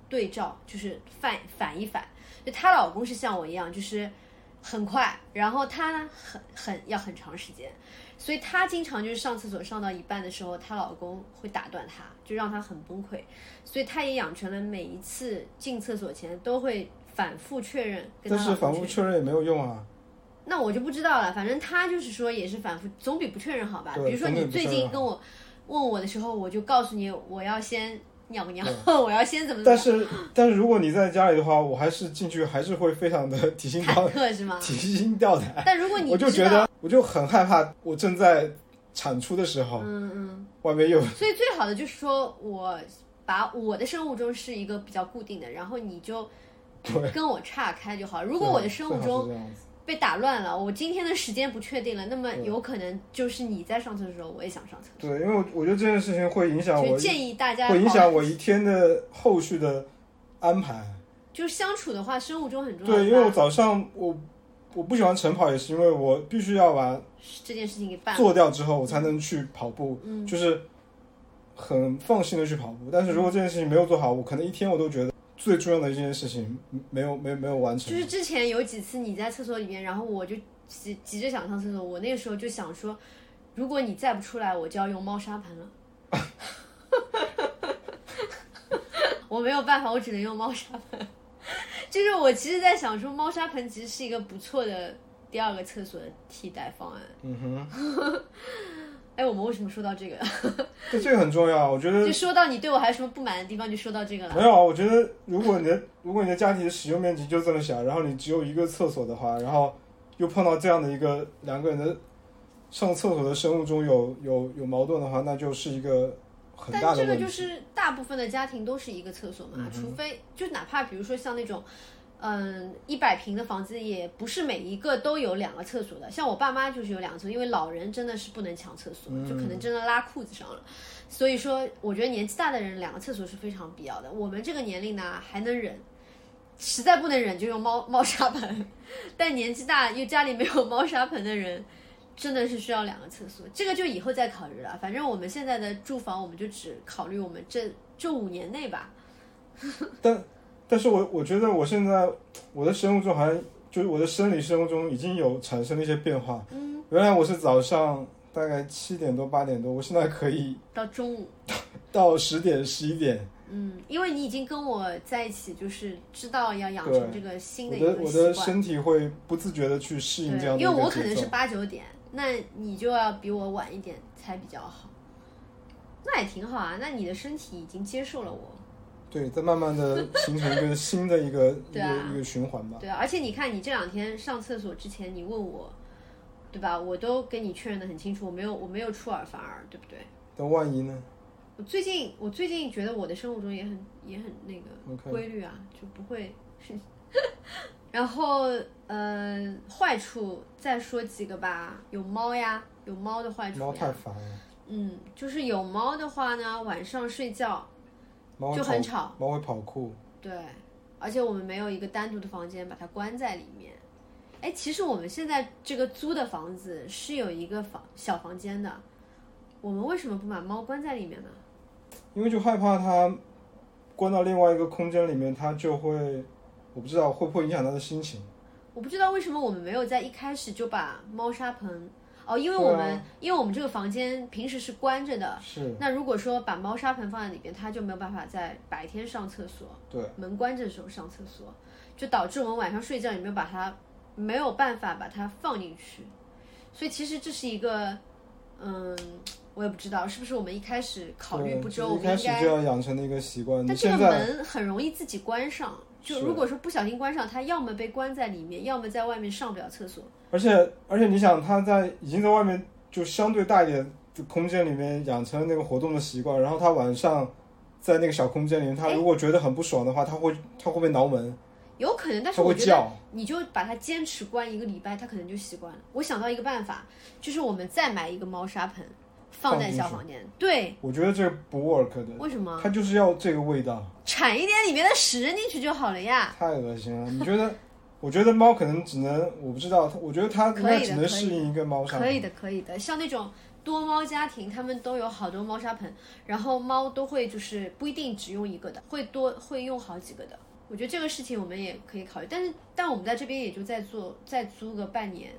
Speaker 1: 对照，就是反反一反。就她老公是像我一样，就是很快，然后她呢很很要很长时间，所以她经常就是上厕所上到一半的时候，她老公会打断她，就让她很崩溃。所以她也养成了每一次进厕所前都会反复确认跟
Speaker 2: 但
Speaker 1: 她
Speaker 2: 是
Speaker 1: 老
Speaker 2: 反
Speaker 1: 公
Speaker 2: 复确认也没有 用啊。
Speaker 1: 那我就不知道了，反正他就是说也是反复，总比不确认好吧？
Speaker 2: 对
Speaker 1: 比如说
Speaker 2: 总比
Speaker 1: 你
Speaker 2: 不确
Speaker 1: 最
Speaker 2: 认
Speaker 1: 近
Speaker 2: 好
Speaker 1: 跟我问我的时候，我就告诉你我要先尿个尿， 我要先怎么怎
Speaker 2: 但
Speaker 1: 么
Speaker 2: 是但是如果你在家里的话，我还是进去还是会非常的提心
Speaker 1: 忐
Speaker 2: 吊
Speaker 1: 忑是吗？
Speaker 2: 提心吊胆。
Speaker 1: 但如果你
Speaker 2: 我就
Speaker 1: 知
Speaker 2: 觉
Speaker 1: 道，
Speaker 2: 得我就很害怕，我正在产出的时候，
Speaker 1: 嗯嗯，
Speaker 2: 外面又
Speaker 1: 所以最好的就是说我把我的生物钟是一个比较固定的，然后你 就跟我岔开就好。啊如果我的生物
Speaker 2: 最好
Speaker 1: 钟
Speaker 2: 是这样子
Speaker 1: 被打乱了，我今天的时间不确定了，那么
Speaker 2: 对
Speaker 1: 有可能就是你在上厕所的时候，我也想上厕
Speaker 2: 对，因为我我觉得这件事情会影响
Speaker 1: 所，
Speaker 2: 我
Speaker 1: 所以，建议大家
Speaker 2: 会影
Speaker 1: 好
Speaker 2: 响我一天的后续的安排。
Speaker 1: 就是相处的话，生物钟很重要。
Speaker 2: 对，
Speaker 1: 是
Speaker 2: 因为
Speaker 1: 吧
Speaker 2: 我早上我我不喜欢晨跑，也是因为我必须要把
Speaker 1: 这件事情给办了。
Speaker 2: 做掉之后，我才能去跑步，
Speaker 1: 嗯
Speaker 2: 就是很放心的去跑步。但是
Speaker 1: 嗯
Speaker 2: 如果这件事情没有做好，我可能一天我都觉得最重要的一件事情没有没有没有完成
Speaker 1: 就。是之前有几次你在厕所里面，然后我就急急着想上厕所，我那个时候就想说，如果你再不出来，我就要用猫砂盆 了。我没有办法，我只能用猫砂盆。就是我其实在想说，猫砂盆其实是一个不错的第二个厕所的替代方案。
Speaker 2: 嗯哼，
Speaker 1: 哎，我们为什么说到这个？
Speaker 2: 这这个很重要，我觉得
Speaker 1: 就说到你对我还有什么不满的地方，就说到这个了。
Speaker 2: 没有啊，我觉得如果你的如果你的家庭的使用面积就这么小，然后你只有一个厕所的话，然后又碰到这样的一个两个人的上厕所的生物钟有有有矛盾的话，那就是一个很大
Speaker 1: 但
Speaker 2: 的
Speaker 1: 这个
Speaker 2: 问题。
Speaker 1: 就是大部分的家庭都是一个厕所嘛，
Speaker 2: 嗯哼
Speaker 1: 除非就哪怕比如说像那种，嗯，一百平的房子，也不是每一个都有两个厕所的。像我爸妈就是有两个厕所，因为老人真的是不能抢厕所，
Speaker 2: 嗯
Speaker 1: 就可能真的拉裤子上了。所以说，我觉得年纪大的人两个厕所是非常必要的。我们这个年龄呢还能忍，实在不能忍就用猫猫砂盆，但年纪大又家里没有猫砂盆的人，真的是需要两个厕所。这个就以后再考虑了。反正我们现在的住房，我们就只考虑我们这这五年内吧。
Speaker 2: 但是我我觉得我现在我的生物钟好像就是我的生理生物钟已经有产生了一些变化。
Speaker 1: 嗯，
Speaker 2: 原来我是早上大概七点多八点多，我现在可以
Speaker 1: 到中午，
Speaker 2: 到十点十一点。
Speaker 1: 嗯，因为你已经跟我在一起，就是知道要养成这个新
Speaker 2: 我
Speaker 1: 一个
Speaker 2: 的我
Speaker 1: 习惯。
Speaker 2: 的身体会不自觉的去适应这样
Speaker 1: 对，因
Speaker 2: 的
Speaker 1: 为
Speaker 2: 一
Speaker 1: 我
Speaker 2: 个
Speaker 1: 可
Speaker 2: 节
Speaker 1: 能
Speaker 2: 奏
Speaker 1: 是。八九点，那你就要比我晚一点才比较好。那也挺好啊，那你的身体已经接受了我。
Speaker 2: 对，再慢慢的形成一个新的一个、一
Speaker 1: 对啊
Speaker 2: 个一个循环吧。
Speaker 1: 对啊，而且你看，你这两天上厕所之前，你问我，对吧？我都跟你确认的很清楚，我没有我没有出尔反尔，对不对？
Speaker 2: 但万一呢？
Speaker 1: 我最近我最近觉得我的生物钟也很也很那个
Speaker 2: OK
Speaker 1: 规律啊就不会。 然后呃，坏处再说几个吧，有猫呀，有猫的坏处
Speaker 2: 猫
Speaker 1: 呀。
Speaker 2: 太烦了，
Speaker 1: 嗯，就是有猫的话呢，晚上睡觉
Speaker 2: 猫会
Speaker 1: 就很
Speaker 2: 跑
Speaker 1: 吵，
Speaker 2: 猫会跑酷。
Speaker 1: 对，而且我们没有一个单独的房间把它关在里面。哎，其实我们现在这个租的房子是有一个房小房间的，我们为什么不把猫关在里面呢？
Speaker 2: 因为就害怕它关到另外一个空间里面，它就会，我不知道会不会影响它的心情。
Speaker 1: 我不知道为什么我们没有在一开始就把猫砂盆哦，因为我们、
Speaker 2: 对啊
Speaker 1: 因为我们这个房间平时是关着的，
Speaker 2: 是，
Speaker 1: 那如果说把猫砂盆放在里边，它就没有办法在白天上厕所，
Speaker 2: 对，
Speaker 1: 门关着的时候上厕所，就导致我们晚上睡觉也没有把它没有办法把它放进去，所以其实这是一个，嗯，我也不知道是不是我们一开始考虑
Speaker 2: 对
Speaker 1: 不周，
Speaker 2: 就
Speaker 1: 我
Speaker 2: 是
Speaker 1: 们
Speaker 2: 一开
Speaker 1: 应该
Speaker 2: 始就要养成的一个习惯。呃你
Speaker 1: 但这个
Speaker 2: 现在
Speaker 1: 门很容易自己关上，就是如果说不小心关上，它要么被关在里面，要么在外面上不了厕所。
Speaker 2: 而且而且你想，他在已经在外面就相对大一点的空间里面养成了那个活动的习惯，然后他晚上在那个小空间里面，他
Speaker 1: 哎
Speaker 2: 如果觉得很不爽的话，他会他会被挠门。
Speaker 1: 有可能，但是
Speaker 2: 它
Speaker 1: 我
Speaker 2: 会
Speaker 1: 觉得
Speaker 2: 叫，
Speaker 1: 你就把它坚持关一个礼拜，它可能就习惯了。我想到一个办法，就是我们再买一个猫砂盆放
Speaker 2: 放
Speaker 1: 在
Speaker 2: 进
Speaker 1: 小
Speaker 2: 去
Speaker 1: 房间。对，
Speaker 2: 我觉得这个不 work 的，
Speaker 1: 为什么？
Speaker 2: 它就是要这个味道，
Speaker 1: 铲一点里面的屎扔进去就好了呀。
Speaker 2: 太恶心了。你觉得？我觉得猫可能只能，我不知道，我觉得它应
Speaker 1: 可以
Speaker 2: 该
Speaker 1: 的
Speaker 2: 只能适应一个猫砂
Speaker 1: 可以
Speaker 2: 盆。
Speaker 1: 的，可以的。像那种多猫家庭，他们都有好多猫砂盆，然后猫都会就是不一定只用一个的，会多会用好几个的。我觉得这个事情我们也可以考虑，但是但我们在这边也就在做再租个半年，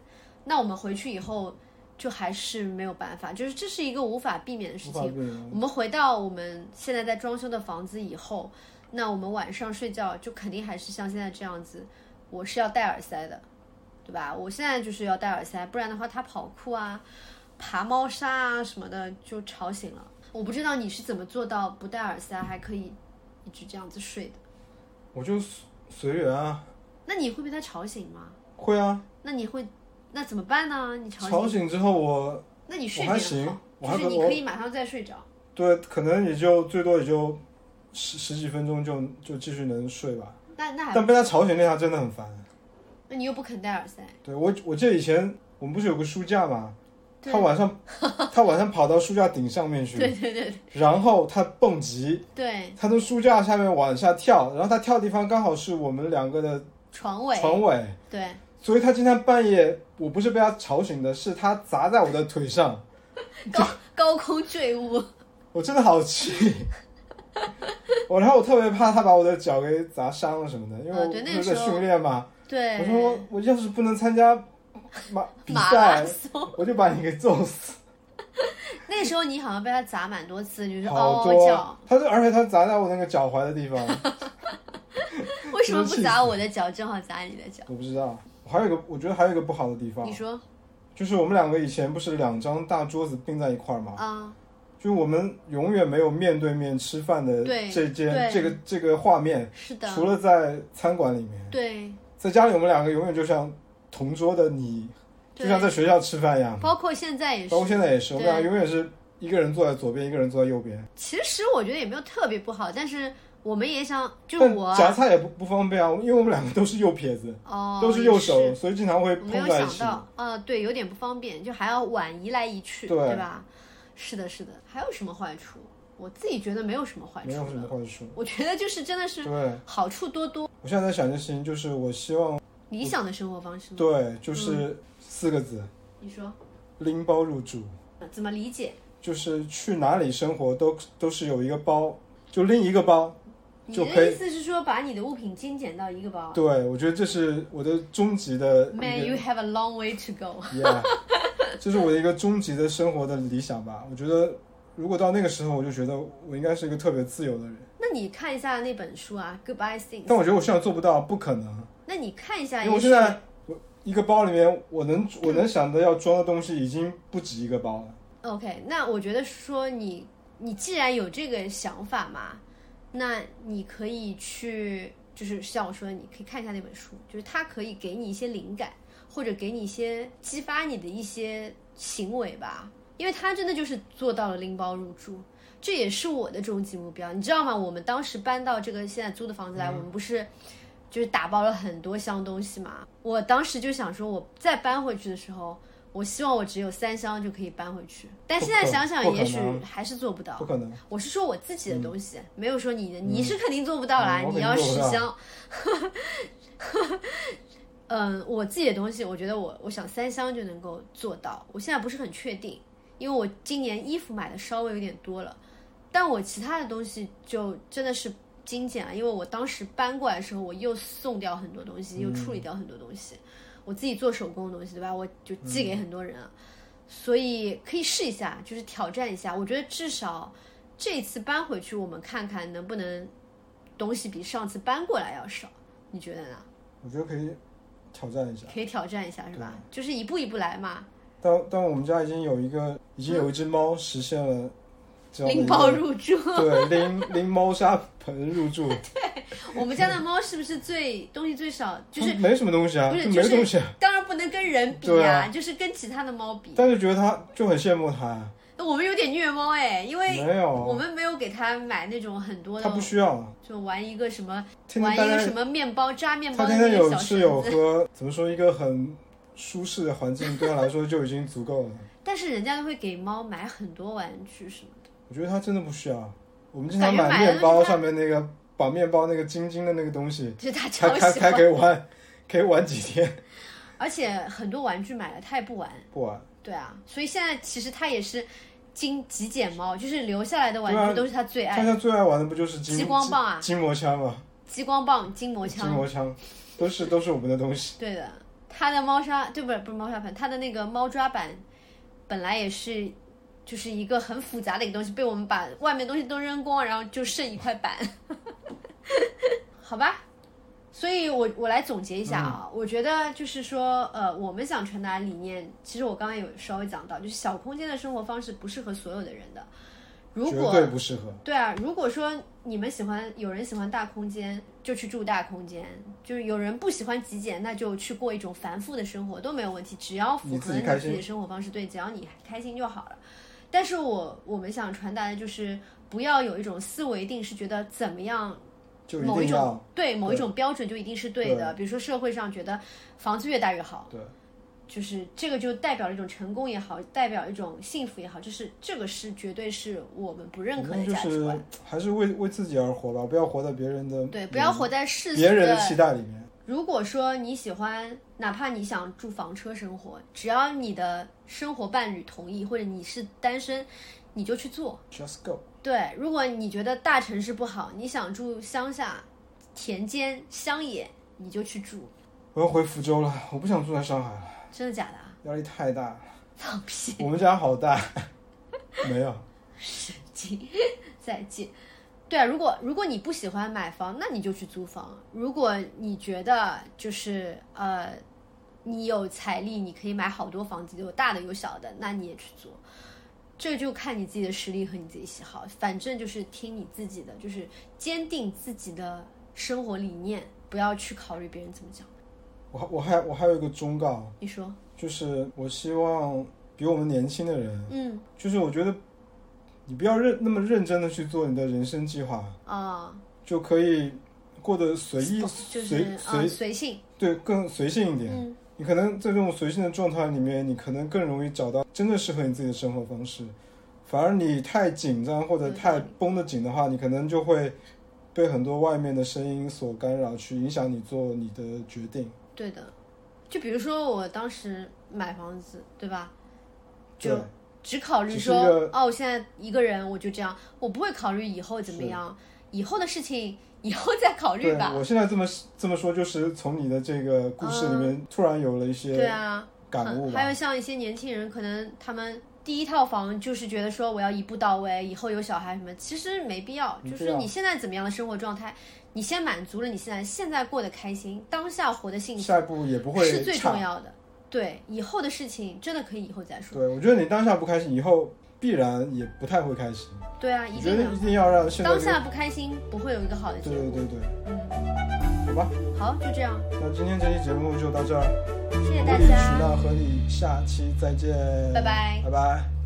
Speaker 1: 那我们回去以后就还是没有办法，就是这是一个无法避免的事
Speaker 2: 无
Speaker 1: 情
Speaker 2: 法。避免
Speaker 1: 我们回到我们现在在装修的房子以后，那我们晚上睡觉就肯定还是像现在这样子，我是要戴耳塞的，对吧？我现在就是要戴耳塞，不然的话它跑酷啊、爬猫砂啊什么的就吵醒了。我不知道你是怎么做到不戴耳塞还可以一直这样子睡的？
Speaker 2: 我就随随缘啊，
Speaker 1: 那你会被它吵醒吗？
Speaker 2: 会啊，
Speaker 1: 那你会那怎么办呢？你吵醒，
Speaker 2: 吵醒之后我
Speaker 1: 那你睡
Speaker 2: 我
Speaker 1: 眠好
Speaker 2: 还行，我还
Speaker 1: 就是
Speaker 2: 可
Speaker 1: 你可以马上再睡着。
Speaker 2: 对，可能也就最多也就十十几分钟就就继续能睡吧。
Speaker 1: 那那还
Speaker 2: 但被它吵醒那下真的很烦。
Speaker 1: 那你又不肯戴耳塞，
Speaker 2: 对我我记得以前我们不是有个书架嘛，
Speaker 1: 对
Speaker 2: 它晚上 它晚上跑到书架顶上面去，
Speaker 1: 对对对
Speaker 2: 然后它蹦极，
Speaker 1: 对，
Speaker 2: 它从书架下面往下跳，然后它跳的地方刚好是我们两个的
Speaker 1: 床尾哎
Speaker 2: 床尾，
Speaker 1: 对，
Speaker 2: 所以它经常半夜我不是被它吵醒的，是它砸在我的腿上。
Speaker 1: 高 高空坠物，
Speaker 2: 我真的好 气。我然后我特别怕他把我的脚给砸伤了什么的，因为
Speaker 1: 啊
Speaker 2: 我
Speaker 1: 对那
Speaker 2: 不
Speaker 1: 个
Speaker 2: 是
Speaker 1: 时
Speaker 2: 在
Speaker 1: 候
Speaker 2: 训练嘛。
Speaker 1: 对，
Speaker 2: 啊我说我要是不能参加马比
Speaker 1: 马拉
Speaker 2: 赛，
Speaker 1: 松。
Speaker 2: 我就把你给揍死。
Speaker 1: 那时候你好像被他砸蛮多次， 哦就是嗷
Speaker 2: 好
Speaker 1: 嗷
Speaker 2: 多
Speaker 1: 叫，，
Speaker 2: 他就而且他砸在我那个脚踝的地方，
Speaker 1: 为什么不砸我的脚，正好砸你的脚？
Speaker 2: 我不知道。还有一个，我觉得还有一个不好的地方
Speaker 1: 你，说
Speaker 2: 就是我们两个以前不是两张大桌子并在一块儿嘛，
Speaker 1: 啊，
Speaker 2: 就是我们永远没有面对面吃饭的
Speaker 1: 对
Speaker 2: 这件
Speaker 1: 对
Speaker 2: 这个这个画面，
Speaker 1: 是的，
Speaker 2: 除了在餐馆里面。
Speaker 1: 对
Speaker 2: 在家里，我们两个永远就像同桌的你，就像
Speaker 1: 对，
Speaker 2: 在学校吃饭一样。
Speaker 1: 包括现在也是
Speaker 2: 包。括现在也是，我
Speaker 1: 对
Speaker 2: 们俩永远是一个人坐在左边，一个人坐在右边。
Speaker 1: 其实我觉得也没有特别不好，但是我们也想，就
Speaker 2: 但
Speaker 1: 是我
Speaker 2: 夹
Speaker 1: 啊
Speaker 2: 菜也不不方便啊，因为我们两个都是右撇子，
Speaker 1: 哦，
Speaker 2: 都是右手，
Speaker 1: 也是
Speaker 2: 所以经常会
Speaker 1: 我
Speaker 2: 碰
Speaker 1: 没有
Speaker 2: 在一
Speaker 1: 想
Speaker 2: 起。
Speaker 1: 到，啊，对，有点不方便，就还要碗移来移去，
Speaker 2: 对
Speaker 1: 对吧？是的，是的，还有什么坏处？我自己觉得没有什么坏处
Speaker 2: 没有什么
Speaker 1: 了。
Speaker 2: 坏处。
Speaker 1: 我觉得就是真的是
Speaker 2: 对，
Speaker 1: 好处多多，
Speaker 2: 我现在在想一件事情，就是我希望，
Speaker 1: 理想的生活方式吗。嗯
Speaker 2: 对，就是四个字：
Speaker 1: 你说
Speaker 2: 拎包入住。
Speaker 1: 怎么理解？
Speaker 2: 就是去哪里生活都都是有一个包，就拎一个包。
Speaker 1: 你
Speaker 2: 就可
Speaker 1: 的
Speaker 2: 以
Speaker 1: 意思是说把你的物品精简到一个包
Speaker 2: 对，我觉得这是我的终极的呃
Speaker 1: ？Man,
Speaker 2: 一个
Speaker 1: you have a long way to go。
Speaker 2: Yeah，这是我的一个终极的生活的理想吧。我觉得如果到那个时候，我就觉得我应该是一个特别自由的人。
Speaker 1: 那你看一下那本书啊，Goodbye Things。
Speaker 2: 但我觉得我现在做不到，不可能，
Speaker 1: 那你看一下
Speaker 2: 嗯因
Speaker 1: 也
Speaker 2: 为
Speaker 1: 是，
Speaker 2: 我现在我一个包里面，我 能我能想的要装的东西已经不止一个包了。
Speaker 1: OK，那我觉得说你你既然有这个想法嘛，那你可以去，就是像我说的，你可以看一下那本书，就是它可以给你一些灵感，或者给你一些激发你的一些行为吧，因为它真的就是做到了拎包入住。这也是我的终极目标，你知道吗？我们当时搬到这个现在租的房子
Speaker 2: 嗯
Speaker 1: 来，我们不是就是打包了很多箱东西嘛。我当时就想说，我再搬回去的时候，我希望我只有三箱就可以搬回去。但
Speaker 2: 不
Speaker 1: 现在
Speaker 2: 可
Speaker 1: 想想
Speaker 2: 不，可
Speaker 1: 也许
Speaker 2: 能
Speaker 1: 还是做不到
Speaker 2: 不。可能，
Speaker 1: 我是说我自己的东西，没有说你的，你是肯定做不到啦。
Speaker 2: 嗯我
Speaker 1: 你
Speaker 2: 肯定
Speaker 1: 要
Speaker 2: 做
Speaker 1: 十
Speaker 2: 不到
Speaker 1: 箱。 嗯，我自己的东西，我觉得我我想三箱就能够做到。我现在不是很确定，因为我今年衣服买的稍微有点多了，但我其他的东西就真的是精简啊了，因为我当时搬过来的时候，我又送掉很多东西，又处
Speaker 2: 嗯
Speaker 1: 理掉很多东西，我自己做手工的东西，对吧？我就寄
Speaker 2: 嗯
Speaker 1: 给很多人啊，所以可以试一下，就是挑战一下。我觉得至少这次搬回去，我们看看能不能东西比上次搬过来要少，你觉得呢？
Speaker 2: 我觉得可以挑战一下。
Speaker 1: 可以挑战一下，是吧？就是一步一步来嘛，
Speaker 2: 但但我们家已经有一个，已经有一只猫实现了这样的一
Speaker 1: 拎
Speaker 2: 个
Speaker 1: 包入住。
Speaker 2: 对，拎 拎猫砂盆入住，
Speaker 1: 我们家的猫是不是最东西最少？ 就是
Speaker 2: 它没什么东西啊，
Speaker 1: 不是
Speaker 2: 就
Speaker 1: 就
Speaker 2: 没
Speaker 1: 是
Speaker 2: 东西啊。
Speaker 1: 当然不能跟人比
Speaker 2: 对
Speaker 1: 啊，
Speaker 2: 啊
Speaker 1: 就是跟其他的猫比。
Speaker 2: 但是觉得它就很羡慕它呀。
Speaker 1: 我们有点虐猫哎，因为
Speaker 2: 没有，
Speaker 1: 我们没有给他买那种很多
Speaker 2: 他
Speaker 1: 的
Speaker 2: 不，需要了，
Speaker 1: 就玩一个什么，
Speaker 2: 天
Speaker 1: 玩
Speaker 2: 天
Speaker 1: 一
Speaker 2: 待
Speaker 1: 个
Speaker 2: 在
Speaker 1: 什么面包扎面
Speaker 2: 他
Speaker 1: 包的
Speaker 2: 天
Speaker 1: 那
Speaker 2: 天
Speaker 1: 个
Speaker 2: 有
Speaker 1: 小
Speaker 2: 吃
Speaker 1: 绳
Speaker 2: 有
Speaker 1: 子，
Speaker 2: 喝，怎么说一个很舒适的环境对他来说就已经足够了。
Speaker 1: 但是人家都会给猫买很多玩具什么的，
Speaker 2: 我觉得他真的不需要。我们经
Speaker 1: 感
Speaker 2: 常
Speaker 1: 觉
Speaker 2: 买
Speaker 1: 买了
Speaker 2: 面包
Speaker 1: 就是他
Speaker 2: 上面那个把面包那个晶晶的那个 东西，
Speaker 1: 就是他
Speaker 2: 它
Speaker 1: 超
Speaker 2: 它
Speaker 1: 喜
Speaker 2: 它
Speaker 1: 欢，
Speaker 2: 可以玩，可以玩几天
Speaker 1: 而且很多玩具买了他也不玩，
Speaker 2: 不玩。
Speaker 1: 对啊，所以现在其实他也是精极简猫，就是留下来的玩
Speaker 2: 对啊
Speaker 1: 具都是他最
Speaker 2: 大
Speaker 1: 爱，
Speaker 2: 家最爱玩的不就是筋
Speaker 1: 激光棒啊，
Speaker 2: 筋膜枪吗？
Speaker 1: 激光棒、筋膜
Speaker 2: 筋
Speaker 1: 枪，
Speaker 2: 膜枪都是都是我们的东西。
Speaker 1: 对的，它的猫砂对不是不是猫砂盆，它的那个猫抓板本来也是就是一个很复杂的一个东西，被我们把外面东西都扔光，然后就剩一块板， 好吧。所以我我来总结一下啊，我觉得就是说，呃，我们想传达的理念，其实我刚刚有稍微讲到，就是小空间的生活方式不适合所有的人的。如
Speaker 2: 绝
Speaker 1: 果
Speaker 2: 对不适合。
Speaker 1: 对啊，如果说你们喜欢有人喜欢大空间，就去住大空间；就是有人不喜欢极简，那就去过一种繁复的生活都没有问题，只要符
Speaker 2: 你
Speaker 1: 合
Speaker 2: 自
Speaker 1: 你
Speaker 2: 己开
Speaker 1: 自己的生活方式，对，只要你开心就好了。但是我我们想传达的就是，不要有一种思维定是觉得怎么样
Speaker 2: 就一
Speaker 1: 某一
Speaker 2: 定要
Speaker 1: 种对某一种标准就一定是对的，比如说社会上觉得房子越大越好，
Speaker 2: 对，
Speaker 1: 就是这个就代表了一种成功也好，代表一种幸福也好，就是这个是绝对是我们不认可的
Speaker 2: 就
Speaker 1: 价值观。
Speaker 2: 是还是为为自己而活吧，不要活在别人的
Speaker 1: 对，不要活在世俗
Speaker 2: 别人的
Speaker 1: 的。
Speaker 2: 期待里面。
Speaker 1: 如果说你喜欢，哪怕你想住房车生活，只要你的生活伴侣同意，或者你是单身，你就去做。
Speaker 2: Just go，
Speaker 1: 对，如果你觉得大城市不好，你想住乡下、田间、乡野，你就去住。
Speaker 2: 我要回福州了，我不想住在上海了，
Speaker 1: 真的假的 啊？
Speaker 2: 压力太大了。
Speaker 1: 放屁！
Speaker 2: 我们家好大， 没有，
Speaker 1: 再见。对啊，如果如果你不喜欢买房，那你就去租房。如果你觉得就是呃，你有财力，你可以买好多房子，有大的有小的，那你也去做。这就看你自己的实力和你自己喜好，反正就是听你自己的，就是坚定自己的生活理念，不要去考虑别人怎么讲。
Speaker 2: 我我还我还有一个忠告，
Speaker 1: 你说，
Speaker 2: 就是我希望比我们年轻的人，
Speaker 1: 嗯
Speaker 2: 就是我觉得你不要认那么认真的去做你的人生计划，
Speaker 1: 啊，
Speaker 2: 就可以过得随意
Speaker 1: 就
Speaker 2: 随
Speaker 1: 是啊
Speaker 2: 随
Speaker 1: 随性，
Speaker 2: 对更随性一点。
Speaker 1: 嗯
Speaker 2: 你可能在这种随性的状态里面，你可能更容易找到真正适合你自己的生活方式。反而你太紧张或者
Speaker 1: 有道理
Speaker 2: 太绷得紧的话，你可能就会被很多外面的声音所干扰，去影响你做你的决定。
Speaker 1: 对的。就比如说我当时买房子，对吧？就
Speaker 2: 对，
Speaker 1: 只考虑
Speaker 2: 只是
Speaker 1: 说
Speaker 2: 一个
Speaker 1: 哦，我现在一个人，我就这样，我不会考虑以后怎么样，以后的事情以后再考虑
Speaker 2: 对
Speaker 1: 吧。
Speaker 2: 我现在这么这么说，就是从你的这个故事里面突然有了一
Speaker 1: 对
Speaker 2: 些
Speaker 1: 啊，
Speaker 2: 感
Speaker 1: 嗯
Speaker 2: 悟吧。
Speaker 1: 还有像一些年轻人，可能他们第一套房就是觉得说我要一步到位，以后有小孩什么，其实没必要。
Speaker 2: 没
Speaker 1: 就
Speaker 2: 必
Speaker 1: 是
Speaker 2: 要
Speaker 1: 你现在怎么样的生活状态，你先满足了你现在，现在过得开心，当下活得幸福
Speaker 2: 下一步也不会
Speaker 1: 是最
Speaker 2: 差
Speaker 1: 重要的。对，以后的事情真的可以以后再说。
Speaker 2: 对，我觉得你当下不开心，以后必然也不太会开心。
Speaker 1: 对啊，一
Speaker 2: 我觉
Speaker 1: 定
Speaker 2: 得
Speaker 1: 的
Speaker 2: 一。定要让现在
Speaker 1: 当
Speaker 2: 这个
Speaker 1: 下不开心，不会有一个好的结
Speaker 2: 对对
Speaker 1: 果。
Speaker 2: 对对，
Speaker 1: 嗯，
Speaker 2: 好吧，
Speaker 1: 好，就这样，
Speaker 2: 那今天这期节目就到这儿，
Speaker 1: 谢谢
Speaker 2: 无
Speaker 1: 大
Speaker 2: 理取
Speaker 1: 家。
Speaker 2: 闹和你下期再见，
Speaker 1: 拜拜
Speaker 2: 拜拜。